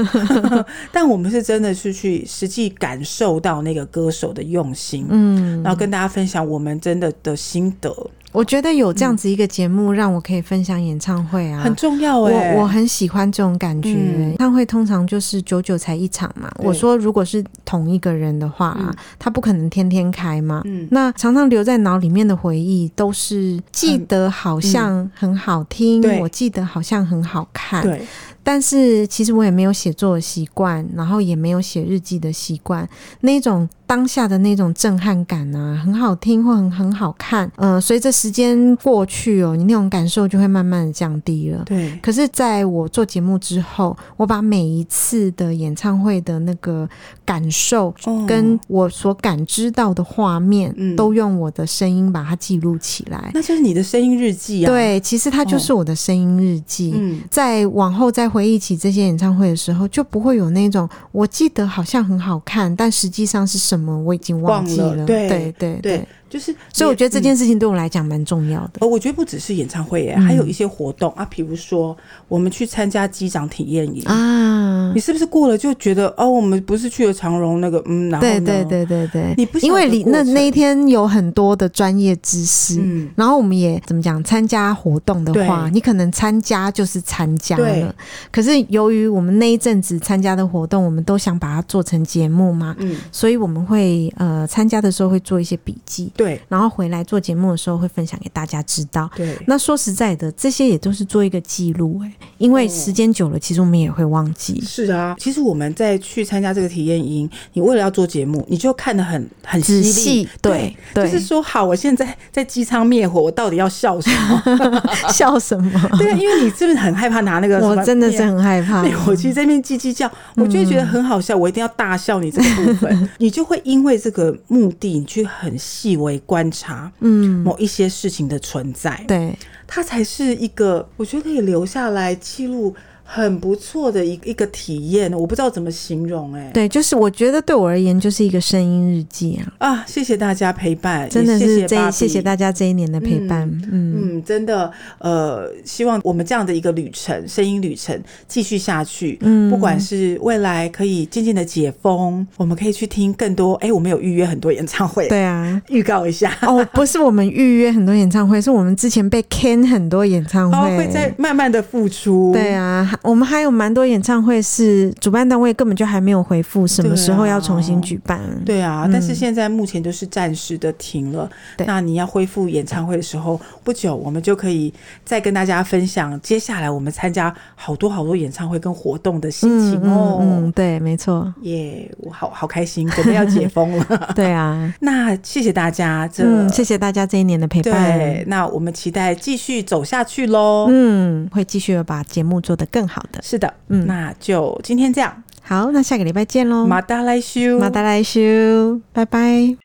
Speaker 3: 但我们是真的是去实际感受到那个歌手的用心，嗯，然后跟大家分享我们真的的心得，
Speaker 2: 我觉得有这样子一个节目，让我可以分享演唱会啊，
Speaker 3: 嗯很重要哎、
Speaker 2: 我我很喜欢这种感觉，
Speaker 3: 嗯
Speaker 2: 演唱会通常就是久久才一场嘛。
Speaker 3: 对
Speaker 2: 我说如果是同一个人的话、啊，他不可能天天开嘛。
Speaker 3: 嗯
Speaker 2: 那常常留在脑里面的回忆都是记得好像很好听，
Speaker 3: 嗯对
Speaker 2: 我记得好像很好看，
Speaker 3: 对，
Speaker 2: 但是其实我也没有写作的习惯，然后也没有写日记的习惯，那种当下的那种震撼感啊，很好听或很很好看，嗯、随着时间过去哦，你那种感受就会慢慢的降低了。
Speaker 3: 对，
Speaker 2: 可是，在我做节目之后，我把每一次的演唱会的那个感受，
Speaker 3: 哦
Speaker 2: 跟我所感知到的画面，
Speaker 3: 嗯
Speaker 2: 都用我的声音把它记录起来。
Speaker 3: 那就是你的声音日记啊，，
Speaker 2: 对，其实它就是我的声音日记。
Speaker 3: 嗯，
Speaker 2: 在往后再回忆起这些演唱会的时候，就不会有那种我记得好像很好看，但实际上是什么我已经忘记
Speaker 3: 忘了对
Speaker 2: 对对
Speaker 3: 对，就是你，
Speaker 2: 所以我觉得这
Speaker 3: 嗯
Speaker 2: 件事情对我来讲蛮重要的。
Speaker 3: 呃，我觉得不只是演唱会耶，还有一些活动啊，比如说我们去参加机长体验营
Speaker 2: 啊
Speaker 3: 你，是不是过了就觉得哦，我们不是去了长荣那个嗯，然后
Speaker 2: 啊对
Speaker 3: 呢？
Speaker 2: 对，对对对，
Speaker 3: 你不晓得
Speaker 2: 因为你那
Speaker 3: 过程
Speaker 2: 那一天有很多的专业知识，
Speaker 3: 嗯，
Speaker 2: 然后我们也怎么讲，参加活动的话，
Speaker 3: 对
Speaker 2: 你可能参加就是参加
Speaker 3: 对
Speaker 2: 了，可是由于我们那一阵子参加的活动，我们都想把它做成节目嘛，
Speaker 3: 嗯，
Speaker 2: 所以我们会呃参加的时候会做一些笔记，
Speaker 3: 对
Speaker 2: 然后回来做节目的时候会分享给大家知道。
Speaker 3: 对，
Speaker 2: 那说实在的，这些也都是做一个记录哎、因
Speaker 3: 嗯
Speaker 2: 为时间久了，其实我们也会忘记。
Speaker 3: 是啊。其实我们在去参加这个体验营，你为了要做节目，你就看得很很
Speaker 2: 仔
Speaker 3: 犀利
Speaker 2: 细，对对，
Speaker 3: 就是说好，我现在在机舱灭火，我到底要笑什 么？
Speaker 2: 笑什么？
Speaker 3: 对啊，因为你是不是很害怕拿那个什么
Speaker 2: 我真的是
Speaker 3: 灭
Speaker 2: 很害怕。嗯
Speaker 3: 对，我其实这边叽叽叫，我就会觉得很好笑，我一定要大笑你这个部 分，你就会因为这个目的，你去很细微观察，嗯，某一些事情的存在，
Speaker 2: 对
Speaker 3: 它才是一个我觉得可以留下来记录很不错的一一个体验，我不知道怎么形容、哎，
Speaker 2: 对，就是我觉得对我而言就是一个声音日记啊，
Speaker 3: 啊，谢谢大家陪伴，
Speaker 2: 真的
Speaker 3: 也
Speaker 2: 是
Speaker 3: 谢
Speaker 2: 这一
Speaker 3: 谢
Speaker 2: 谢谢
Speaker 3: 家。
Speaker 2: 大家这一年的陪伴。嗯，
Speaker 3: 嗯，真的，呃，希望我们这样的一个旅程，声音旅程继续下去。嗯，不管是未来可以渐渐的解封，我们可以去听更多。哎、我们有预约很多演唱会，，
Speaker 2: 对 啊。
Speaker 3: 预告一下，
Speaker 2: 哦，不是我们预约很多演唱会，是我们之前被 can 很多演唱
Speaker 3: 然后
Speaker 2: 会。
Speaker 3: 哦会再慢慢的复出。
Speaker 2: 对啊，我们还有蛮多演唱会是主办单位根本就还没有回复什么时候要重新举办。
Speaker 3: 对啊，但是现在目前就是暂时的停了。
Speaker 2: 嗯对
Speaker 3: 那你要恢复演唱会的时候，不久我们就可以再跟大家分享接下来我们参加好多好多演唱会跟活动的心情哦。
Speaker 2: 嗯，对，没错，
Speaker 3: 耶我好好开心，准备要解封了。
Speaker 2: 对啊，
Speaker 3: 那谢谢大家，这、
Speaker 2: 嗯，谢谢大家这一年的陪
Speaker 3: 啊对
Speaker 2: 伴，，
Speaker 3: 那我们期待继续走下去喽。
Speaker 2: 嗯，会继续把节目做得更好的。
Speaker 3: 是的，
Speaker 2: 嗯
Speaker 3: 那就今天这样，
Speaker 2: 好，那下个礼拜见喽，
Speaker 3: 马达来修，
Speaker 2: 马达来修，拜拜。